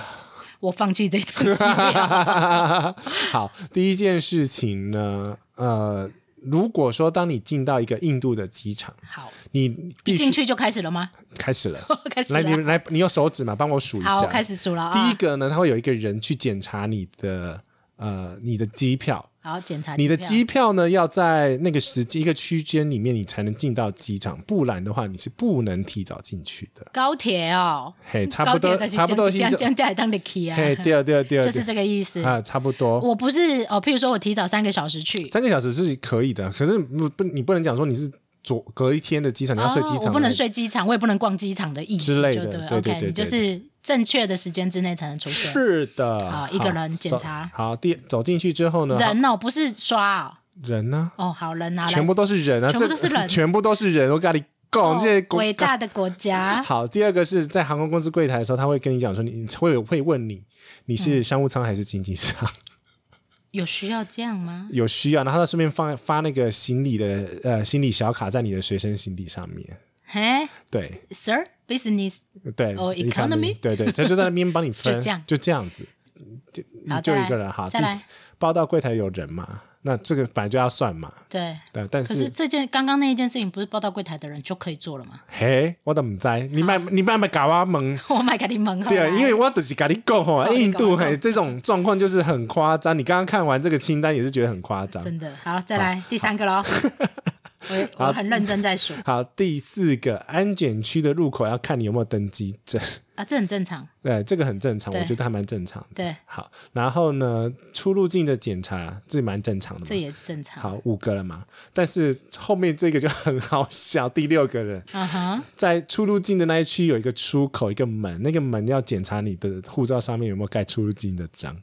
S1: 我放弃这张机票。
S2: 好，第一件事情呢，呃，如果说当你进到一个印度的机场，
S1: 好，
S2: 你必
S1: 一进
S2: 须
S1: 去就开始了吗？
S2: 开始了，
S1: 开始
S2: 来，你
S1: 了。
S2: 来，你用手指嘛，帮我数一
S1: 好，
S2: 下。
S1: 我开始数了
S2: 第一
S1: 啊。
S2: 个呢，他会有一个人去检查你的呃你的机票，
S1: 好，检查
S2: 你的
S1: 票
S2: 机票呢要在那个时间一个区间里面，你才能进到机场，不然的话你是不能提早进去的。
S1: 高铁哦，
S2: 嘿，差不多，差不多是
S1: 是
S2: 这，
S1: 将带当的 key 啊，
S2: 嘿，对对对，
S1: 就是这个意思。
S2: 啊，差不多。
S1: 我不是哦，譬如说我提早三个小时去，
S2: 三个小时是可以的，可是不不，你不能讲说你是昨隔一天的机场，你要睡机
S1: 哦，
S2: 场、
S1: 我不能睡机场，我也不能逛机场的意思
S2: 之类的
S1: 就
S2: 对对
S1: OK，
S2: 对
S1: 你就
S2: 对
S1: 是正确的时间之内才能出现。
S2: 是的，
S1: 好一个人检查
S2: 走好，第走进去之后呢，
S1: 人哦，不是刷哦，
S2: 人呢、
S1: 哦好人啊，来
S2: 全部都是人啊，
S1: 全
S2: 这
S1: 部都是人
S2: 全部都是人。我跟你讲，
S1: 哦
S2: 这些国
S1: 伟大的国家，
S2: 好，第二个是在航空公司柜台的时候，他会跟你讲说你，你会有会问你你
S1: 嗯
S2: 是商务舱还是经济舱，
S1: 有需要这样吗？
S2: 有需要，然后他顺便放发那个行李的呃行李小卡在你的随身行李上面，
S1: 嘿
S2: 对
S1: ，Sir Business，
S2: 对
S1: 哦
S2: 一看
S1: economy
S2: 对对，他就在那边帮你分，
S1: 就这样
S2: 子，
S1: 好
S2: 就
S1: 再来
S2: 一个人哈。第
S1: 再来
S2: 四报到柜台有人嘛，那这个本来就要算嘛，
S1: 对。
S2: 对，但
S1: 可
S2: 是
S1: 是这件刚刚那一件事情，不是报到柜台的人就可以做了吗？
S2: 嘿，我都唔知，你卖你卖卖搞我蒙。
S1: 我买给你门口。
S2: 对啊，因为我只是跟你讲吼，
S1: 你
S2: 印度
S1: 讲
S2: 嘿这种状况就是很夸张。你刚刚看完这个清单也是觉得很夸张。
S1: 真的好，再来第三个喽。我我很认真在 数
S2: 好，第四个安检区的入口要看你有没有登机证，
S1: 啊，这很正常。
S2: 对，这个很正常，我
S1: 对
S2: 觉得还蛮正常的。
S1: 对，
S2: 好，然后呢，出入境的检查这蛮正常的
S1: 这
S2: 嘛。
S1: 也正常。
S2: 好，五个了嘛，但是后面这个就很好笑。第六个人
S1: 嗯哼，
S2: 在出入境的那一区有一个出口，一个门，那个门要检查你的护照上面有没有盖出入境的章。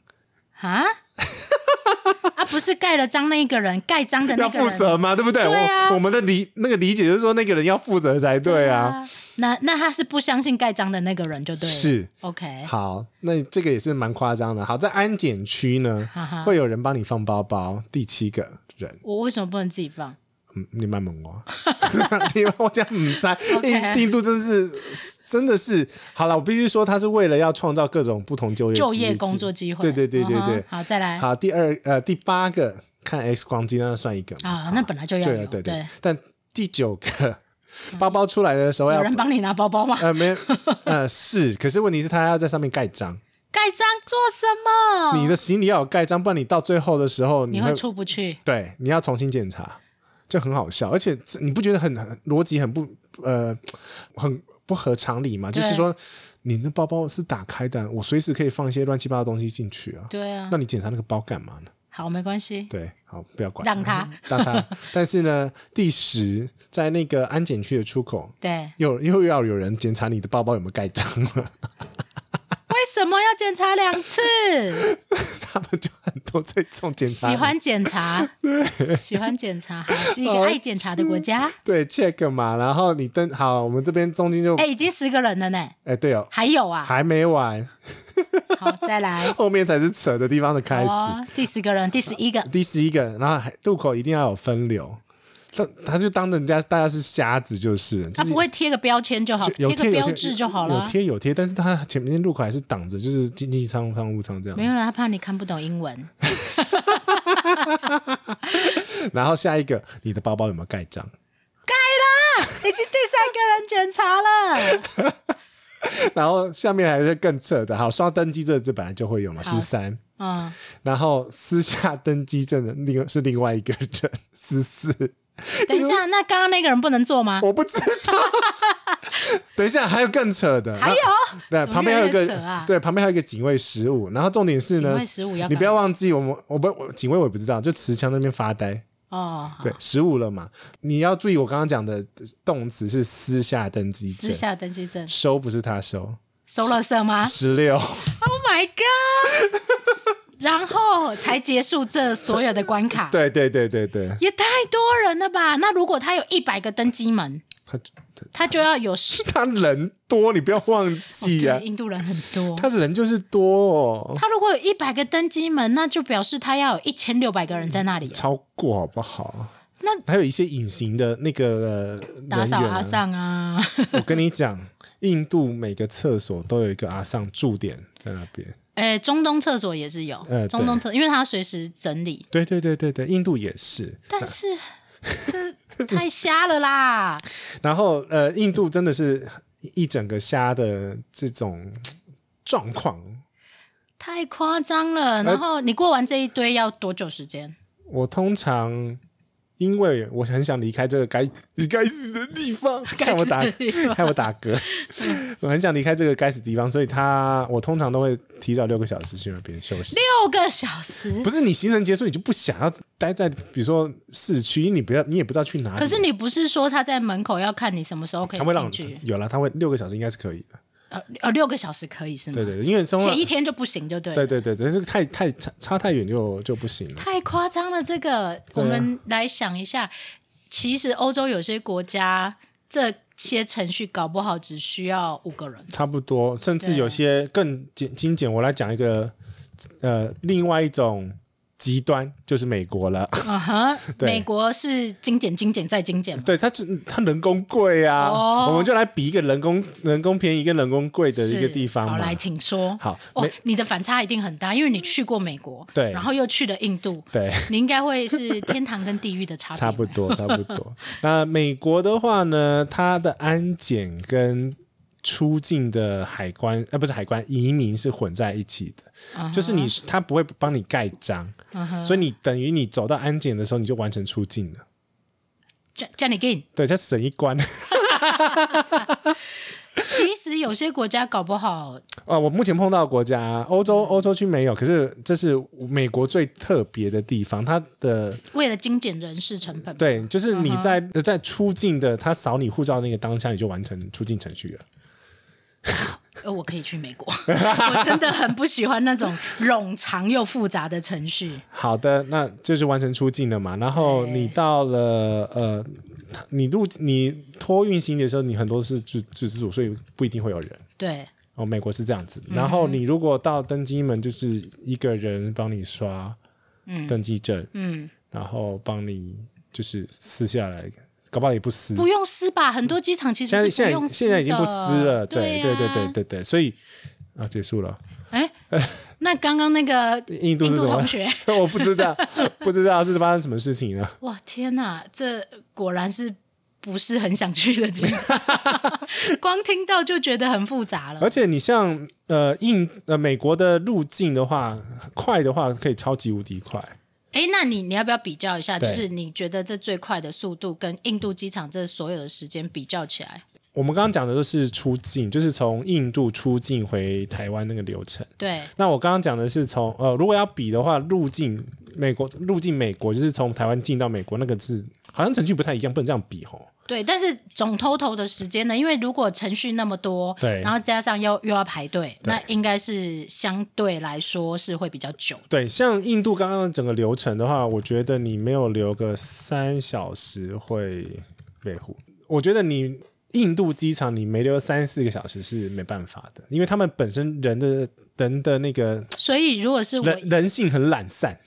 S1: 啊 啊，不是盖了章那一个人，盖章的那
S2: 要
S1: 个
S2: 负
S1: 人。
S2: 责吗？对不对？
S1: 对啊
S2: 我我们的理那个理解就是说，那个人要负责才对啊。，
S1: 那那他是不相信盖章的那个人就对了。
S2: 是
S1: OK，
S2: 好，那这个也是蛮夸张的。好，在安检区呢
S1: 哈哈，
S2: 会有人帮你放包包。第七个人，
S1: 我为什么不能自己放？
S2: 嗯，你蛮猛哦， 你把我讲唔在
S1: OK
S2: 印印度真是真的是好了，我必须说，他是为了要创造各种不同就业
S1: 就
S2: 机
S1: 业
S2: 制
S1: 工作机会。
S2: 对对对对
S1: 嗯哼
S2: 对。
S1: 好，再来。
S2: 好，第二呃第八个看 X 光机，那算一个嘛
S1: 啊，那本来就要
S2: 对
S1: 有
S2: 啊对
S1: 对嗯
S2: 对，，但第九个包包出来的时候
S1: 有
S2: 要
S1: 人帮你拿包 包吗？
S2: 呃，没有，呃，是，可是问题是他要在上面盖章，
S1: 盖章做什么？
S2: 你的行李要有盖章，不然你到最后的时候
S1: 哦你
S2: 你会
S1: 会出不去。
S2: 对，你要重新检查，就很好笑，而且这你不觉得很很逻辑很不呃很不合常理吗？就是
S1: 对
S2: 说你那包包是打开的，我随时可以放一些乱七八糟的东西进去啊，
S1: 对啊
S2: 那，你检查那个包干嘛呢？
S1: 好，没关系。
S2: 对，好，不要管，
S1: 让他
S2: 让他。但是呢，第十在那个安检区的出口。
S1: 对，
S2: 又又要有人检查你的包包有没有盖章了，
S1: 为什么要检查两次？
S2: 他们就很多这种 检查
S1: 喜欢检查， 喜欢检查，好是一
S2: 哦
S1: 个爱检查的国家。
S2: 对 check 嘛，然后你登好，我们这边中间就
S1: 哎，
S2: 哎、
S1: 已经十个人了呢，
S2: 对哦，
S1: 还有啊，
S2: 还没完，
S1: 好，再来，
S2: 后面才是扯的地方的 开始。
S1: 哦，第十个人，第十一个，
S2: 第十一个，然后还路口一定要有分流，他他就当人家大家是瞎子就是了，
S1: 他
S2: 就是
S1: 不会贴个标签就好，
S2: 就有
S1: 贴个
S2: 有
S1: 标志就好
S2: 有
S1: 了。
S2: 贴有贴，但是他前面路口还是挡着，就是经济舱、商务舱这
S1: 没
S2: 样。
S1: 有啦，他怕你看不懂英文。
S2: 然后下一个，你的包包有没有盖 章？
S1: 已经第三个人检查了，
S2: 然后下面还是更扯的，好，刷登机证这本来就会有嘛，
S1: 好
S2: 十三。
S1: 嗯，
S2: 然后私下登机证的另是另外一个人，十四。
S1: 等一下，那刚刚那个人不能做吗？
S2: 我不知道。 等一下，还有更扯的，
S1: 还有
S2: 那
S1: 怎么
S2: 对旁边还有一
S1: 越来越
S2: 个、
S1: 扯啊
S2: 对旁边还有一个警卫十五，然后重点是呢，
S1: 警卫15要干嘛
S2: 你不要忘记我们我不我警卫我也不知道，就持枪那边发呆，
S1: 哦，好
S2: 对十五了嘛，你要注意我刚刚讲的动词是私下登机
S1: 私
S2: 证，
S1: 下登记证啊
S2: 收不是他收，
S1: 收了色吗
S2: 十六
S1: ？Oh my god！然后才结束这所有的关卡，
S2: 对对对对对，
S1: 也太多人了吧？那如果他有一百个登机门，
S2: 他
S1: 他就要有十。
S2: 他人多，你不要忘记啊，
S1: 对，印度人很多。
S2: 他人就是多、哦。
S1: 他如果有一百个登机门，那就表示他要有一千六百个人在那里。
S2: 超过好不好？
S1: 那
S2: 还有一些隐形的那个呃
S1: 打
S2: 人员
S1: 扫阿
S2: 啊、
S1: 上啊，
S2: 我跟你讲，印度每个厕所都有一个阿尚驻点在那边。
S1: 哎，中东厕所也是有
S2: 呃对，
S1: 中东厕，因为他随时整 理。
S2: 对对对对对，印度也是。
S1: 但 是这太瞎了啦！
S2: 然后呃，印度真的是一整个虾的这种状况。
S1: 太夸张了。
S2: 呃
S1: 然后你过完这一堆要多久时间？
S2: 我通常因为我很想离开这个该你该死的地方，看我打
S1: 该死的地方
S2: 看我打嗝，我很想离开这个该死的地方，所以他我通常都会提早六个小时去那边休息。
S1: 六个小时
S2: 不。是你行程结束，你就不想要待在比如说市区，因为你不要你也不知道去哪里。
S1: 可是你不是说他在门口要看你什么时候可
S2: 他会
S1: 以
S2: 让
S1: 进去？
S2: 有了，他会六个小时应该是可以的，
S1: 呃呃六个小时可以是吗？
S2: 对对对，因为中
S1: 前嗯一天就不行，就对了。
S2: 对对对对，这个太太差差太远就就不行了。
S1: 太夸张了，这个
S2: 啊
S1: 我们来想一下，其实欧洲有些国家这些程序搞不好只需要五 个人。
S2: 差不多，甚至
S1: 对啊
S2: 有些更简精简。我来讲一个，呃，另外一种极端就是美国了。
S1: 嗯哼，
S2: 对
S1: 美国是精简、精简再精简嘛，
S2: 对，它只它人工贵啊，
S1: 哦
S2: 我们就来比一个人工人工便宜跟人工贵的一个
S1: 是
S2: 地方
S1: 好，
S2: 嘛。
S1: 来，请说。
S2: 好
S1: 哦
S2: 美，
S1: 你的反差一定很大，因为你去过美国，
S2: 对
S1: 然后又去了印度，
S2: 对，
S1: 你应该会是天堂跟地狱的差别。
S2: 差不。多，差不 多。那美国的话呢，它的安检跟出境的海关，呃，不是海关，移民是混在一起的。
S1: 啊
S2: 就是你，他不会帮你盖章，
S1: Uh-huh 嗯
S2: 所以你等于你走到安检的时候，你就完成出境了。
S1: j o h n Gain，
S2: 对，他省一关
S1: 其实有些国家搞不好，
S2: 哦。我目前碰到的国家，
S1: 嗯
S2: 欧洲欧洲区没有，可是这是美国最特别的地方，它的
S1: 为了精简人事成本，
S2: 对，就是
S1: 嗯
S2: 你在、呃在出境的，他扫你护照那个当下，你就完成出境程序了。
S1: 呃，我可以去美国， 我真的很不喜欢那种冗长又复杂的程序。
S2: 好的，那就是完成出境了嘛。然后
S1: 对
S2: 你到了呃，你入你托运行李的时候，你很多是自自助，所以不一定会有人。
S1: 对，
S2: 哦，美国是这样子。
S1: 嗯
S2: 然后你如果到登机门，就是一个人帮你刷登机证，
S1: 嗯，
S2: 然后帮你就是撕下来，搞不好也不撕。
S1: 不用撕吧，很多机场其实
S2: 现
S1: 是
S2: 在
S1: 不
S2: 现
S1: 用
S2: 在
S1: 撕
S2: 现在已经
S1: 的
S2: 不撕了，
S1: 对
S2: 对
S1: 啊
S2: 对对对对对，所以啊，结束了。
S1: 哎，那刚刚那个
S2: 印度
S1: 印
S2: 是
S1: 度
S2: 什么
S1: 同？学，
S2: 我不知道，不知道是发生什么事情了。
S1: 哇，天哪，这果然是不是很想去的机 场？ 光听到就觉得很复杂了
S2: 而。且你像呃印呃美国的路径的话，快的话可以超级无敌快。
S1: 哎，那你你要不要比较一下？就
S2: 对
S1: 是你觉得这最快的速度跟印度机场这所有的时间比较起来，
S2: 我们刚刚讲的都是出境，就是从印度出境回台湾那个流程。
S1: 对，
S2: 那我刚刚讲的是从呃，如果要比的话，入境美国，入境美国就是从台湾进到美国，那个是好像程序不太一样，不能这样比吼。
S1: 对，但是总 total 的时间呢？因为如果程序那么多，
S2: 对
S1: 然后加上要又要排队，
S2: 对
S1: 那应该是相对来说是会比较久的。
S2: 对，像印度刚刚的整个流程的话，我觉得你没有留个三小时会被糊。我觉得你印度机场你没留三四个小时是没办法的，因为他们本身人的人的那个
S1: 所以如果是我
S2: 人，人性很懒散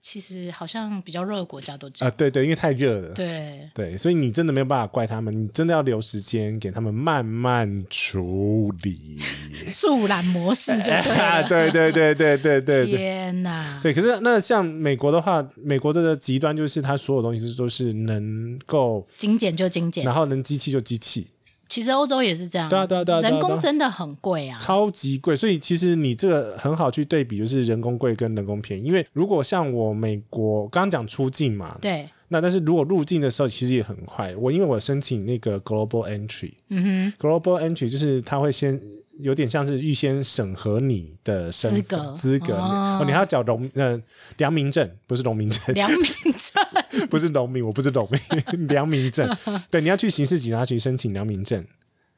S1: 其实好像比较热的国家都这
S2: 啊、
S1: 样。
S2: 对对，因为太热了。
S1: 对，
S2: 对，所以你真的没有办法怪他们，你真的要留时间给他们慢慢处理。
S1: 速览模式就对
S2: 啊
S1: 了。
S2: 对对对对对 对对。
S1: 天哪！
S2: 对，可是那像美国的话，美国的极端就是它所有东西都是能够，
S1: 精简就精简
S2: 然，后能机器就机器，
S1: 其实欧洲也是这样。
S2: 对啊对啊对啊对啊
S1: 人
S2: 对
S1: 工
S2: 啊
S1: 真的很贵啊。
S2: 超级贵。所以其实你这个很好去对比，就是人工贵跟人工便宜。因为如果像我美国刚刚讲出境嘛，
S1: 对，
S2: 那但是如果入境的时候其实也很快。我因为我申请那个 Global Entry，
S1: 嗯
S2: Global Entry 就是它会先有点像是预先审核你的身份
S1: 资格
S2: 资格
S1: 哦
S2: 哦你还要缴农呃良民证，不是农民
S1: 哼，
S2: 证，
S1: 良民证。
S2: 不是农民，我不是农 民，良民证。对，你要去刑事警察局申请良民证。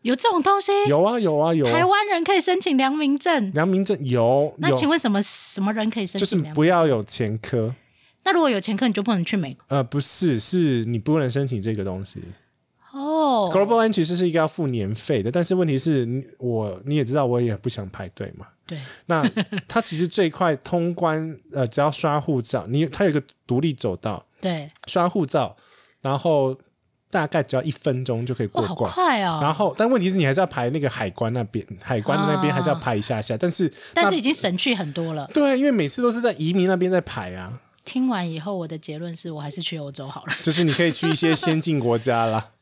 S1: 有这种东西？
S2: 有啊，有啊，有啊
S1: 台湾人可以申请良民证。
S2: 良民证有
S1: 那请
S2: 有，
S1: 问什么什么人可以申
S2: 就是
S1: 请良民？
S2: 不要有前科。
S1: 那如果有前科，你就不能去美国
S2: 呃，不是，是你不能申请这个东西。
S1: 哦。
S2: Global Entry 是一个要付年费的，但是问题是你我你也知道，我也不想排队嘛。
S1: 对，
S2: 那它其实最快通关，呃，只要刷护照，你它有一个独立走道，
S1: 对，
S2: 刷护照，然后大概只要一分钟就可以
S1: 哇，
S2: 过
S1: 好
S2: 关。
S1: 快哦！
S2: 然后，但问题是你还是要排那个海关那边，海关那边
S1: 啊
S2: 还是要排一下下。但是，
S1: 但是
S2: 那
S1: 已经省去很多了。
S2: 对，啊因为每次都是在移民那边在排啊，
S1: 听完以后，我的结论是我还是去欧洲 好了。
S2: 就是你可以去一些先进国 家啦。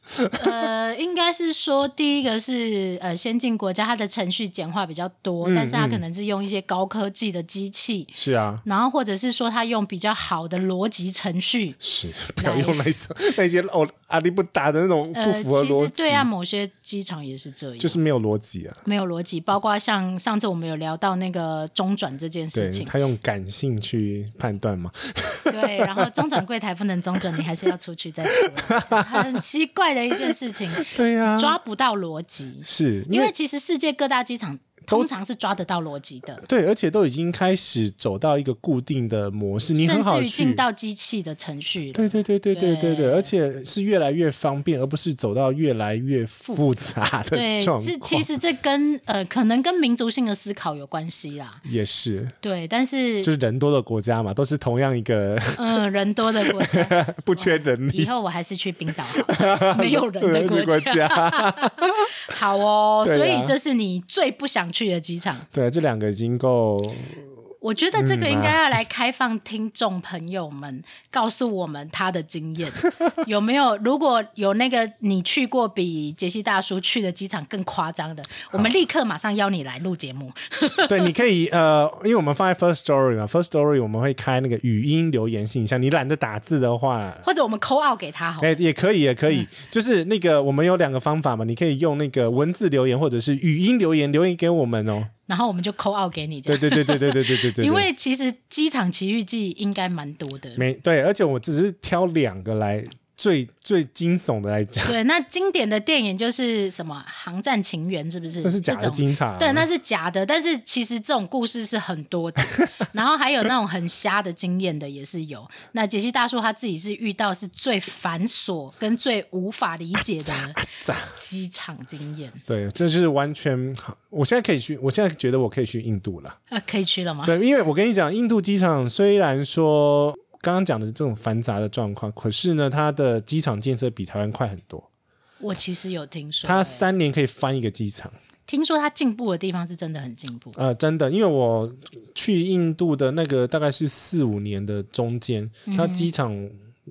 S1: 呃，应该是说，第一个是呃，先进国家它的程序简化比较多，
S2: 嗯
S1: 但是它可能是用一些高科技的机器，
S2: 是啊，
S1: 然后或者是说它用比较好的逻辑程序。
S2: 是不要用那一种那些哦阿里不达的那种不
S1: 呃，
S2: 符合
S1: 其
S2: 逻
S1: 实
S2: 辑，
S1: 对啊，某些机场也是这样，
S2: 就是没有逻辑啊。
S1: 没有逻辑。包括像上次我们有聊到那个中转这件
S2: 对
S1: 事情，
S2: 他用感性去判断嘛，
S1: 对，然后中转柜台不能中转，你还是要出去再说，很奇怪的一件事情，
S2: 对呀、
S1: 抓不到逻辑。
S2: 是
S1: 因为其实世界各大机场通常是抓得到逻辑的，
S2: 对，而且都已经开始走到一个固定的模式，你很
S1: 甚
S2: 好
S1: 至于
S2: 去
S1: 进。到机器的程序了。
S2: 对对对对对对对，
S1: 对
S2: 而且是越来越方便，而不是走到越来越复杂的
S1: 对
S2: 状，
S1: 这
S2: 况。
S1: 其实这跟呃，可能跟民族性的思考有关系啦。
S2: 也是，
S1: 对，但是
S2: 就是人多的国家嘛，都是同样 一个
S1: 嗯、人多的国家，
S2: 不缺人
S1: 以
S2: 力
S1: 后我还是去冰岛好 了，哦没有人的国
S2: 国
S1: 家。
S2: 家。
S1: 好哦，
S2: 对啊
S1: 所以这是你最不想去的机场。
S2: 对，这两个已经够
S1: 我觉
S2: 嗯
S1: 得这个应该 要来开放听众朋友们，告诉我们他的经验有没有？如果有那个你去过比杰西大叔去的机场更夸张的，我们立刻马上邀你来录节目。
S2: 对，你可以呃，因为我们放在 First Story 嘛，First Story 我们会开那个语音留言信箱，你懒得打字的话。
S1: 或者我们扣二给他好了，
S2: 哎、也可以，也可以，
S1: 嗯
S2: 就是那个我们有两个方法嘛，你可以用那个文字留言或者是语音留言留言给我们哦。
S1: 然后我们就扣二给你这
S2: 对
S1: 样。
S2: 对对对对对对对对，
S1: 因为其实机场奇遇记应该蛮多的。
S2: 没对，而且我只是挑两个来最最惊悚的来讲，
S1: 对，那经典的电影就是什么《航站情缘》，是不是？
S2: 那是假
S1: 这
S2: 的
S1: 种
S2: 警察。
S1: 嗯对，那是假的，但是其实这种故事是很多 的，然后还有那种很瞎的经验的也是有。那杰西大叔他自己是遇到是最繁琐跟最无法理解 的
S2: 咋
S1: 机场经验，
S2: 对，这是完全。我现在可以去，我现在觉得我可以去印度了。
S1: 呃，可以去了吗？
S2: 对，因为我跟你讲，印度机场虽然说刚刚讲的这种繁杂的状况，可是呢，它的机场建设比台湾快很多。
S1: 我其实有听说，
S2: 它三年可以翻一个机场，
S1: 听说他进步的地方是真的很进步，
S2: 呃，真的，因为我去印度的那个大概是四五年的中间，
S1: 嗯
S2: 它机场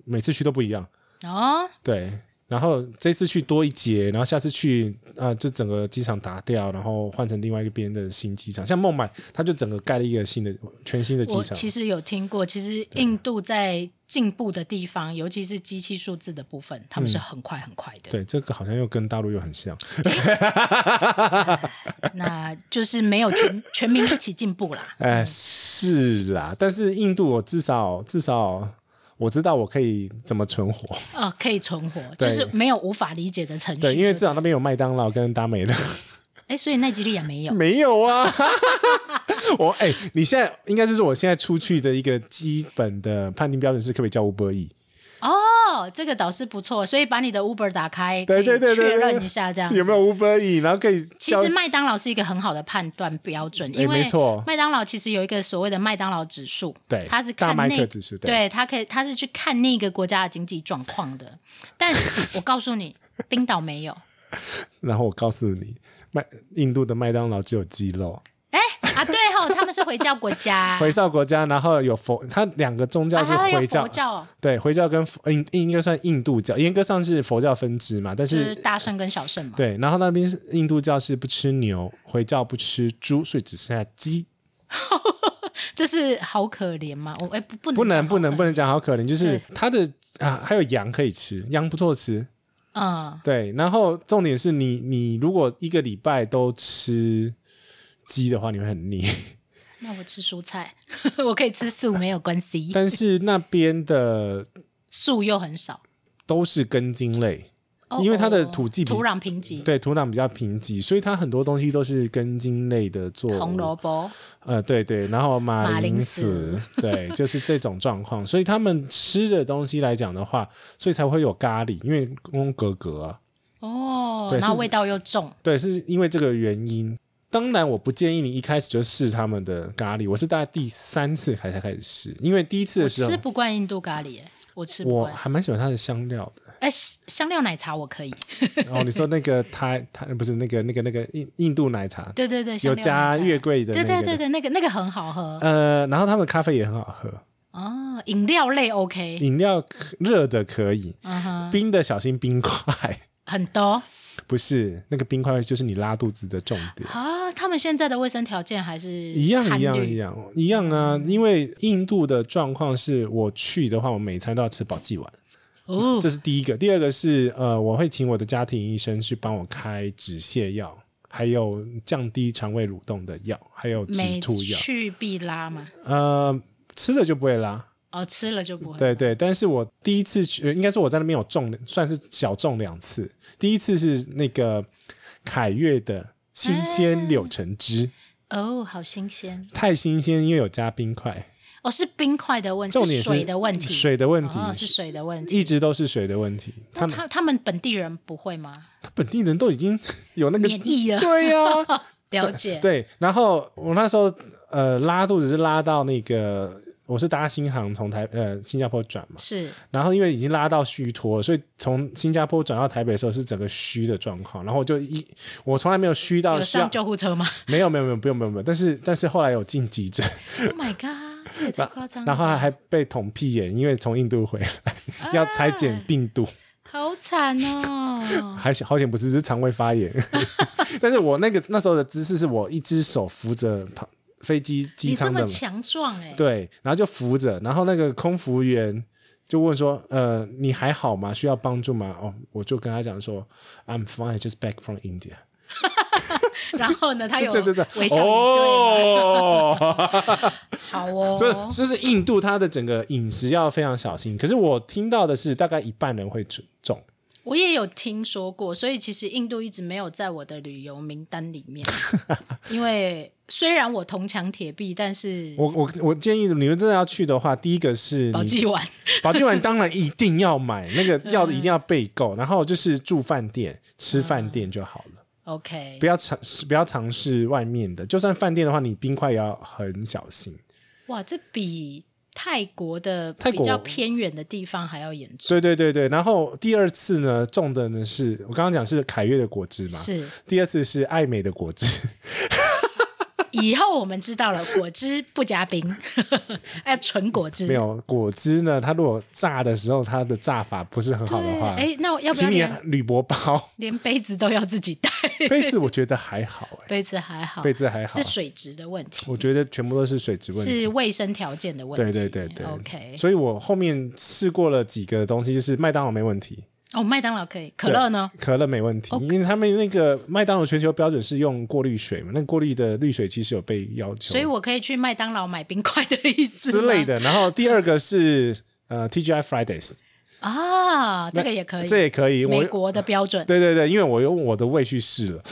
S2: 每次去都不一样。
S1: 哦，
S2: 对，然后这次去多一节，然后下次去啊、呃就整个机场打掉，然后换成另外一边的新机场。像孟买，它就整个盖了一个新的全新的机
S1: 我
S2: 场。
S1: 其实有听过，其实印度在进步的地方，尤其是机器数字的部分，他们是很快很快的。
S2: 嗯对，这个好像又跟大陆又很像。
S1: 那就是没有全全民一起进步啦。
S2: 哎、是啦，但是印度我至少至少我知道我可以怎么存 活。
S1: 呃，可以存活，就
S2: 对
S1: 是没有无法理解的程序。
S2: 对，因为至少那边有麦当劳跟达美乐。
S1: 哎，所以奈及利亚没有。
S2: 没有啊。 我哎、你现在应该就是我现在出去的一个基本的判定标准是可不可以叫吴伯义？
S1: 哦，这个倒是不错，所以把你的 Uber 打开，
S2: 对对对
S1: 可以
S2: 对
S1: 确
S2: 对
S1: 认一下这样子
S2: 有没有？吴伯义？然后可以
S1: 其
S2: 教
S1: 实麦当劳是一个很好的判断标准，
S2: 哎
S1: 因为
S2: 没错
S1: 麦当劳其实有一个所谓的麦当劳指数，
S2: 对
S1: 它是看
S2: 大麦
S1: 那
S2: 克指数对
S1: 对，它可以它是去看那个国家的经济状况的。但 我告诉你，冰岛没有，
S2: 然后我告诉你，麦印度的麦当劳只有鸡肉，
S1: 哎啊对哦，他们是回教国家，
S2: 回教国家，然后有佛，它两个宗教
S1: 啊
S2: 是
S1: 它有
S2: 回教，
S1: 佛教哦，
S2: 对，回教跟佛印印应该算印度教，严格上是佛教分支嘛，但。
S1: 就是是大圣跟小圣嘛。
S2: 对，然后那边是印度教是不吃牛，回教不吃猪，所以只剩下鸡。
S1: 这是好可怜吗？我哎、不不能
S2: 不能
S1: 讲
S2: 不
S1: 好可
S2: 能不
S1: 怜
S2: 能讲好可怜，就是
S1: 对
S2: 它的啊，还有羊可以吃，羊不错吃。
S1: 嗯，
S2: 对，然后重点是你你如果一个礼拜都吃鸡的话，你会 很腻。
S1: 那我吃蔬菜， 我可以吃素没有关系，
S2: 但是那边的
S1: 素又很少，
S2: 都是根茎类，
S1: 哦
S2: 因为它的
S1: 哦
S2: 土地比
S1: 土壤贫瘠，
S2: 对土壤比较贫瘠，所以它很多东西都是根茎类的作
S1: 红
S2: 物
S1: 萝。卜
S2: 呃，对对，然后马
S1: 马
S2: 铃
S1: 铃
S2: 薯，对，就是这种状况。所以他们吃的东西来讲的话，所以才会有咖喱，因为用格格啊。
S1: 哦
S2: 对，
S1: 然后
S2: 是
S1: 味道又重，
S2: 对，是因为这个原因。当然，我不建议你一开始就试他们的咖喱，我是大概第三次才才开始试，因为第一次
S1: 我
S2: 的时候
S1: 吃不惯印度咖喱、哎我吃不
S2: 我
S1: 惯。
S2: 还蛮喜欢它的香料的。
S1: 哎、香料奶茶我可以，
S2: 然后你说那个台台不是那个那个那个印印度奶茶，
S1: 对对对，
S2: 有
S1: 香料
S2: 加
S1: 奶茶
S2: 月桂的那
S1: 对
S2: 个，
S1: 对对对，那个那个很好喝
S2: 呃，然后他们咖啡也很好喝，
S1: 哦，饮料类 OK，
S2: 饮料可热的可以，
S1: 嗯哼，
S2: 冰的小心冰块，
S1: 很多
S2: 不是那个冰块就是你拉肚子的重点。
S1: 啊。他们现在的卫生条件还是
S2: 一样
S1: 堪
S2: 一样
S1: 虑嗯
S2: 一样一样啊！因为印度的状况是我去的话，我每餐都要吃保济丸，
S1: 哦，
S2: 这是第一个。第二个是呃，我会请我的家庭医生去帮我开止泻药，还有降低肠胃蠕动的药，还有止
S1: 每
S2: 吐药。
S1: 去必拉嘛。
S2: 呃，吃了就不会拉，
S1: 哦，吃了就不会。
S2: 对对，但是我第一次去，呃应该说我在那边有中，算是小中两次。第一次是那个凯悦的新鲜
S1: 啊
S2: 柳橙汁，
S1: 哦，好新鲜。
S2: 太新鲜，因为有加冰块，
S1: 哦，是冰块的问题，
S2: 重点是
S1: 水的问题，
S2: 水的问题
S1: 哦，是水的问题。
S2: 一直都是水的问题。他
S1: 那
S2: 们
S1: 他他们本地人不会吗？
S2: 他本地人都 已经有那个
S1: 免疫了啊
S2: 对呀、
S1: 了解，
S2: 对。然后我那时候呃拉肚子是拉到那个。我是搭新航从台呃新加坡转嘛，
S1: 是
S2: 然后因为已经拉到虚脱了，所以从新加坡转到台北的时候是整个虚的状况。然后我就一我从来没有虚到
S1: 有
S2: 需要
S1: 上，救护车吗
S2: 没有没有没有不用不用不用。但是但是后来有进急诊，
S1: ？Oh my god，这 也太夸张哦
S2: 然后
S1: 了，
S2: 还被捅屁眼，因为从印度回来、
S1: 啊
S2: 要裁剪病毒，
S1: 好惨哦！
S2: 还好险不是是肠胃发炎。 但是我那个那时候的姿势是我一只手扶着旁飞机机
S1: 你这
S2: 舱
S1: 么
S2: 的，
S1: 强壮哎，
S2: 对，然后就扶着，然后那个空服员就问说：“呃，你还好吗？需要帮助吗？”哦，我就跟他讲说：“I'm fine, just back from India。
S1: 然后呢，”他
S2: 就哦
S1: 有
S2: 这这这
S1: 微笑你对吗
S2: 哦，
S1: 好哦，
S2: 所以就是印度它的整个饮食要非常小心。可是我听到的是，大概一半人会中。
S1: 我也有听说过，所以其实印度一直没有在我的旅游名单里 面，因为虽然我铜墙铁壁，但是
S2: 我我我建议你们真的要去的话，第一个是
S1: 保
S2: 你
S1: 济丸
S2: 保健丸当然一定要买，那个药
S1: 嗯
S2: 一定要备够，然后就是住饭店、吃饭店就好了。
S1: OK
S2: 不要尝试，不要尝试外面的。就算饭店的话，你冰块也要很小心。
S1: 哇，这比泰国的
S2: 泰
S1: 比
S2: 国
S1: 较偏远的地方还要严重，
S2: 对对对对。然后第二次呢，种的呢是我刚刚讲是凯悦的果汁嘛，
S1: 是。
S2: 第二次是爱美的果汁，
S1: 以后我们知道了，果汁不加冰，哎，纯果汁
S2: 没。有果汁呢，它如果榨的时候，它的榨法不是很好的
S1: 对，
S2: 话，
S1: 哎，那我要不要
S2: 请你
S1: 连
S2: 铝 箔包
S1: 连杯子都要自己带？
S2: 杯子，我觉得还好、 哎，
S1: 杯子还好，
S2: 杯子还好
S1: 哦是，水质的问题，
S2: 我觉得全部都是水质问题
S1: 是。卫生条件的问
S2: 对
S1: 题。
S2: 对对对
S1: OK，
S2: 所以我后面试过了几个东西，就是麦当劳没问题，
S1: 哦，麦当劳可以，可乐呢？
S2: 可乐没问题，因为他们那个麦当劳全球标准是用过滤水嘛，那过滤的滤水其实有被要求
S1: 所以我可以去麦当劳买冰块的意思
S2: 之类
S1: 吗
S2: 的。然后第二个是呃 TGI Fridays，
S1: 啊，这个也可以，
S2: 这也可以。我
S1: 美国的标准
S2: 对对对，因为我用我的胃去试了，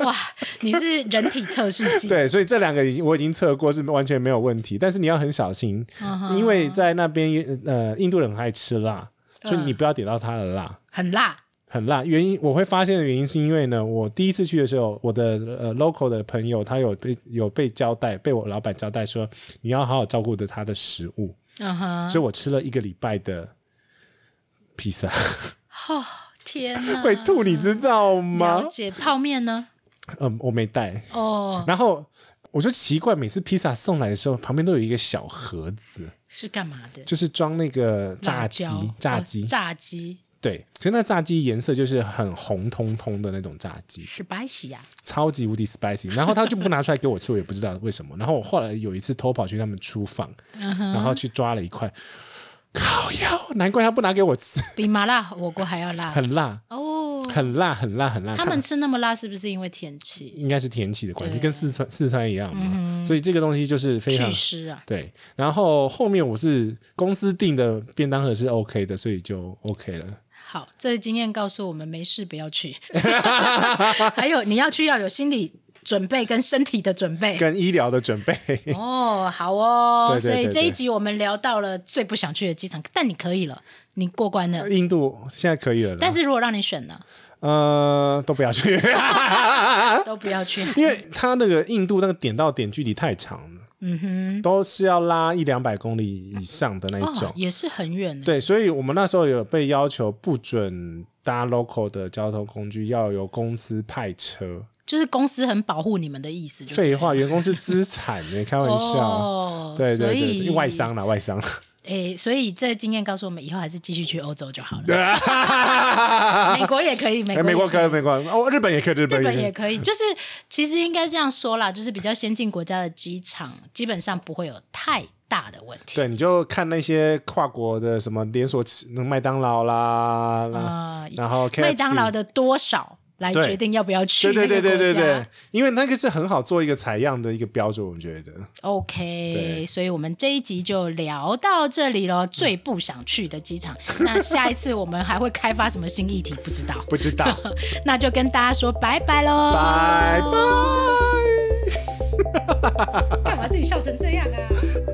S1: 哇，你是人体测试机，
S2: 对，所以这两个已经我已经测过是完全没有问题，但是你要很小心，
S1: 嗯啊
S2: 因为在那边呃印度人很爱吃辣，所以你不要点到他的辣。
S1: 很辣
S2: 很辣，原因我会发现的原因是因为呢，我第一次去的时候，我的呃 local 的朋友他有被有被交代，被我老板交代说你要好好照顾着他的食物，
S1: 嗯哼，
S2: 所以我吃了一个礼拜的披萨，
S1: 哦，天哪，
S2: 会吐，你知道吗
S1: 了？解泡面呢？
S2: 嗯，我没带，
S1: 哦，
S2: 然后我就奇怪，每次披萨送来的时候，旁边都有一个小盒子，
S1: 是干嘛的？
S2: 就是装那个炸
S1: 辣
S2: 鸡
S1: 椒，
S2: 炸
S1: 哦
S2: 鸡，
S1: 炸鸡，
S2: 对，所以那炸鸡颜色就是很红彤彤的那种炸鸡。
S1: 是白喜呀，
S2: 超级无 敌 spicy，然后他就不拿出来给我吃，我也不知道为什么。然后我后来有一次偷跑去他们厨房，
S1: 嗯
S2: 然后去抓了一块，靠腰，难怪他不拿给我吃，
S1: 比麻辣火锅还要辣
S2: 很辣，
S1: 哦。
S2: 很辣，很辣，很辣。
S1: 他们吃那么辣，是不是因为天气
S2: 应该是天气的关系，
S1: 对嗯
S2: 跟四川四川一样嘛，所以这个东西就是非常
S1: 祛湿啊？
S2: 对。然后后面我是公司订的便当盒是 OK 的，所以就 OK 了。
S1: 好，这个经验告诉我们，没事不要去。 还有你要去要有心理准备跟身体的准备。
S2: 跟医疗的准备，
S1: 哦，好哦，
S2: 对对对
S1: 所以这
S2: 对
S1: 一集我们聊到了最不想去的机场，但你可以了，你过关了。
S2: 印度现在可以了啦，
S1: 但是如果让你选呢，
S2: 呃都不要 去。
S1: 都不要去。
S2: 因为它那个印度那个点到点距离太长了，嗯哼，都是要拉一两百公里以上的那一种。
S1: 哦，也是很远呢。
S2: 对，所以我们那时候有被要求不准搭 local 的交通工具，要由公司派车。
S1: 就是公司很保护你们的意思。就
S2: 废话，员工是资产呢，开玩笑。
S1: 哦，
S2: 对
S1: 所
S2: 对对
S1: 以
S2: 对，外商啦，外商啦。
S1: 诶，所以这经验告诉我们，以后还是继续去欧洲就好了。美国也可以， 美
S2: 哎
S1: 国
S2: 美国
S1: 也
S2: 可以，美国哦，日本也可以，日本
S1: 日
S2: 也
S1: 本
S2: 可
S1: 也
S2: 以。
S1: 可以，就是其实应该这样说啦，就是比较先进国家的机场基本上不会有太大的问题。
S2: 对，你就看那些跨国的什么连锁吃，麦当劳啦，啦
S1: 啊、
S2: 然后 KFC,
S1: 麦当劳的多少来
S2: 对
S1: 决定要不要去
S2: 对对对
S1: 那个
S2: 对
S1: 国
S2: 对
S1: 家
S2: 对，因为那个是很好做一个采样的一个标准，我觉得。
S1: OK，
S2: 对
S1: 所以我们这一集就聊到这里喽。最不想去的机场，那下一次我们还会开发什么新议题？不知道，
S2: 不知 道，
S1: 那就跟大家说拜拜喽，
S2: 拜拜。
S1: 干嘛自己笑成这样啊？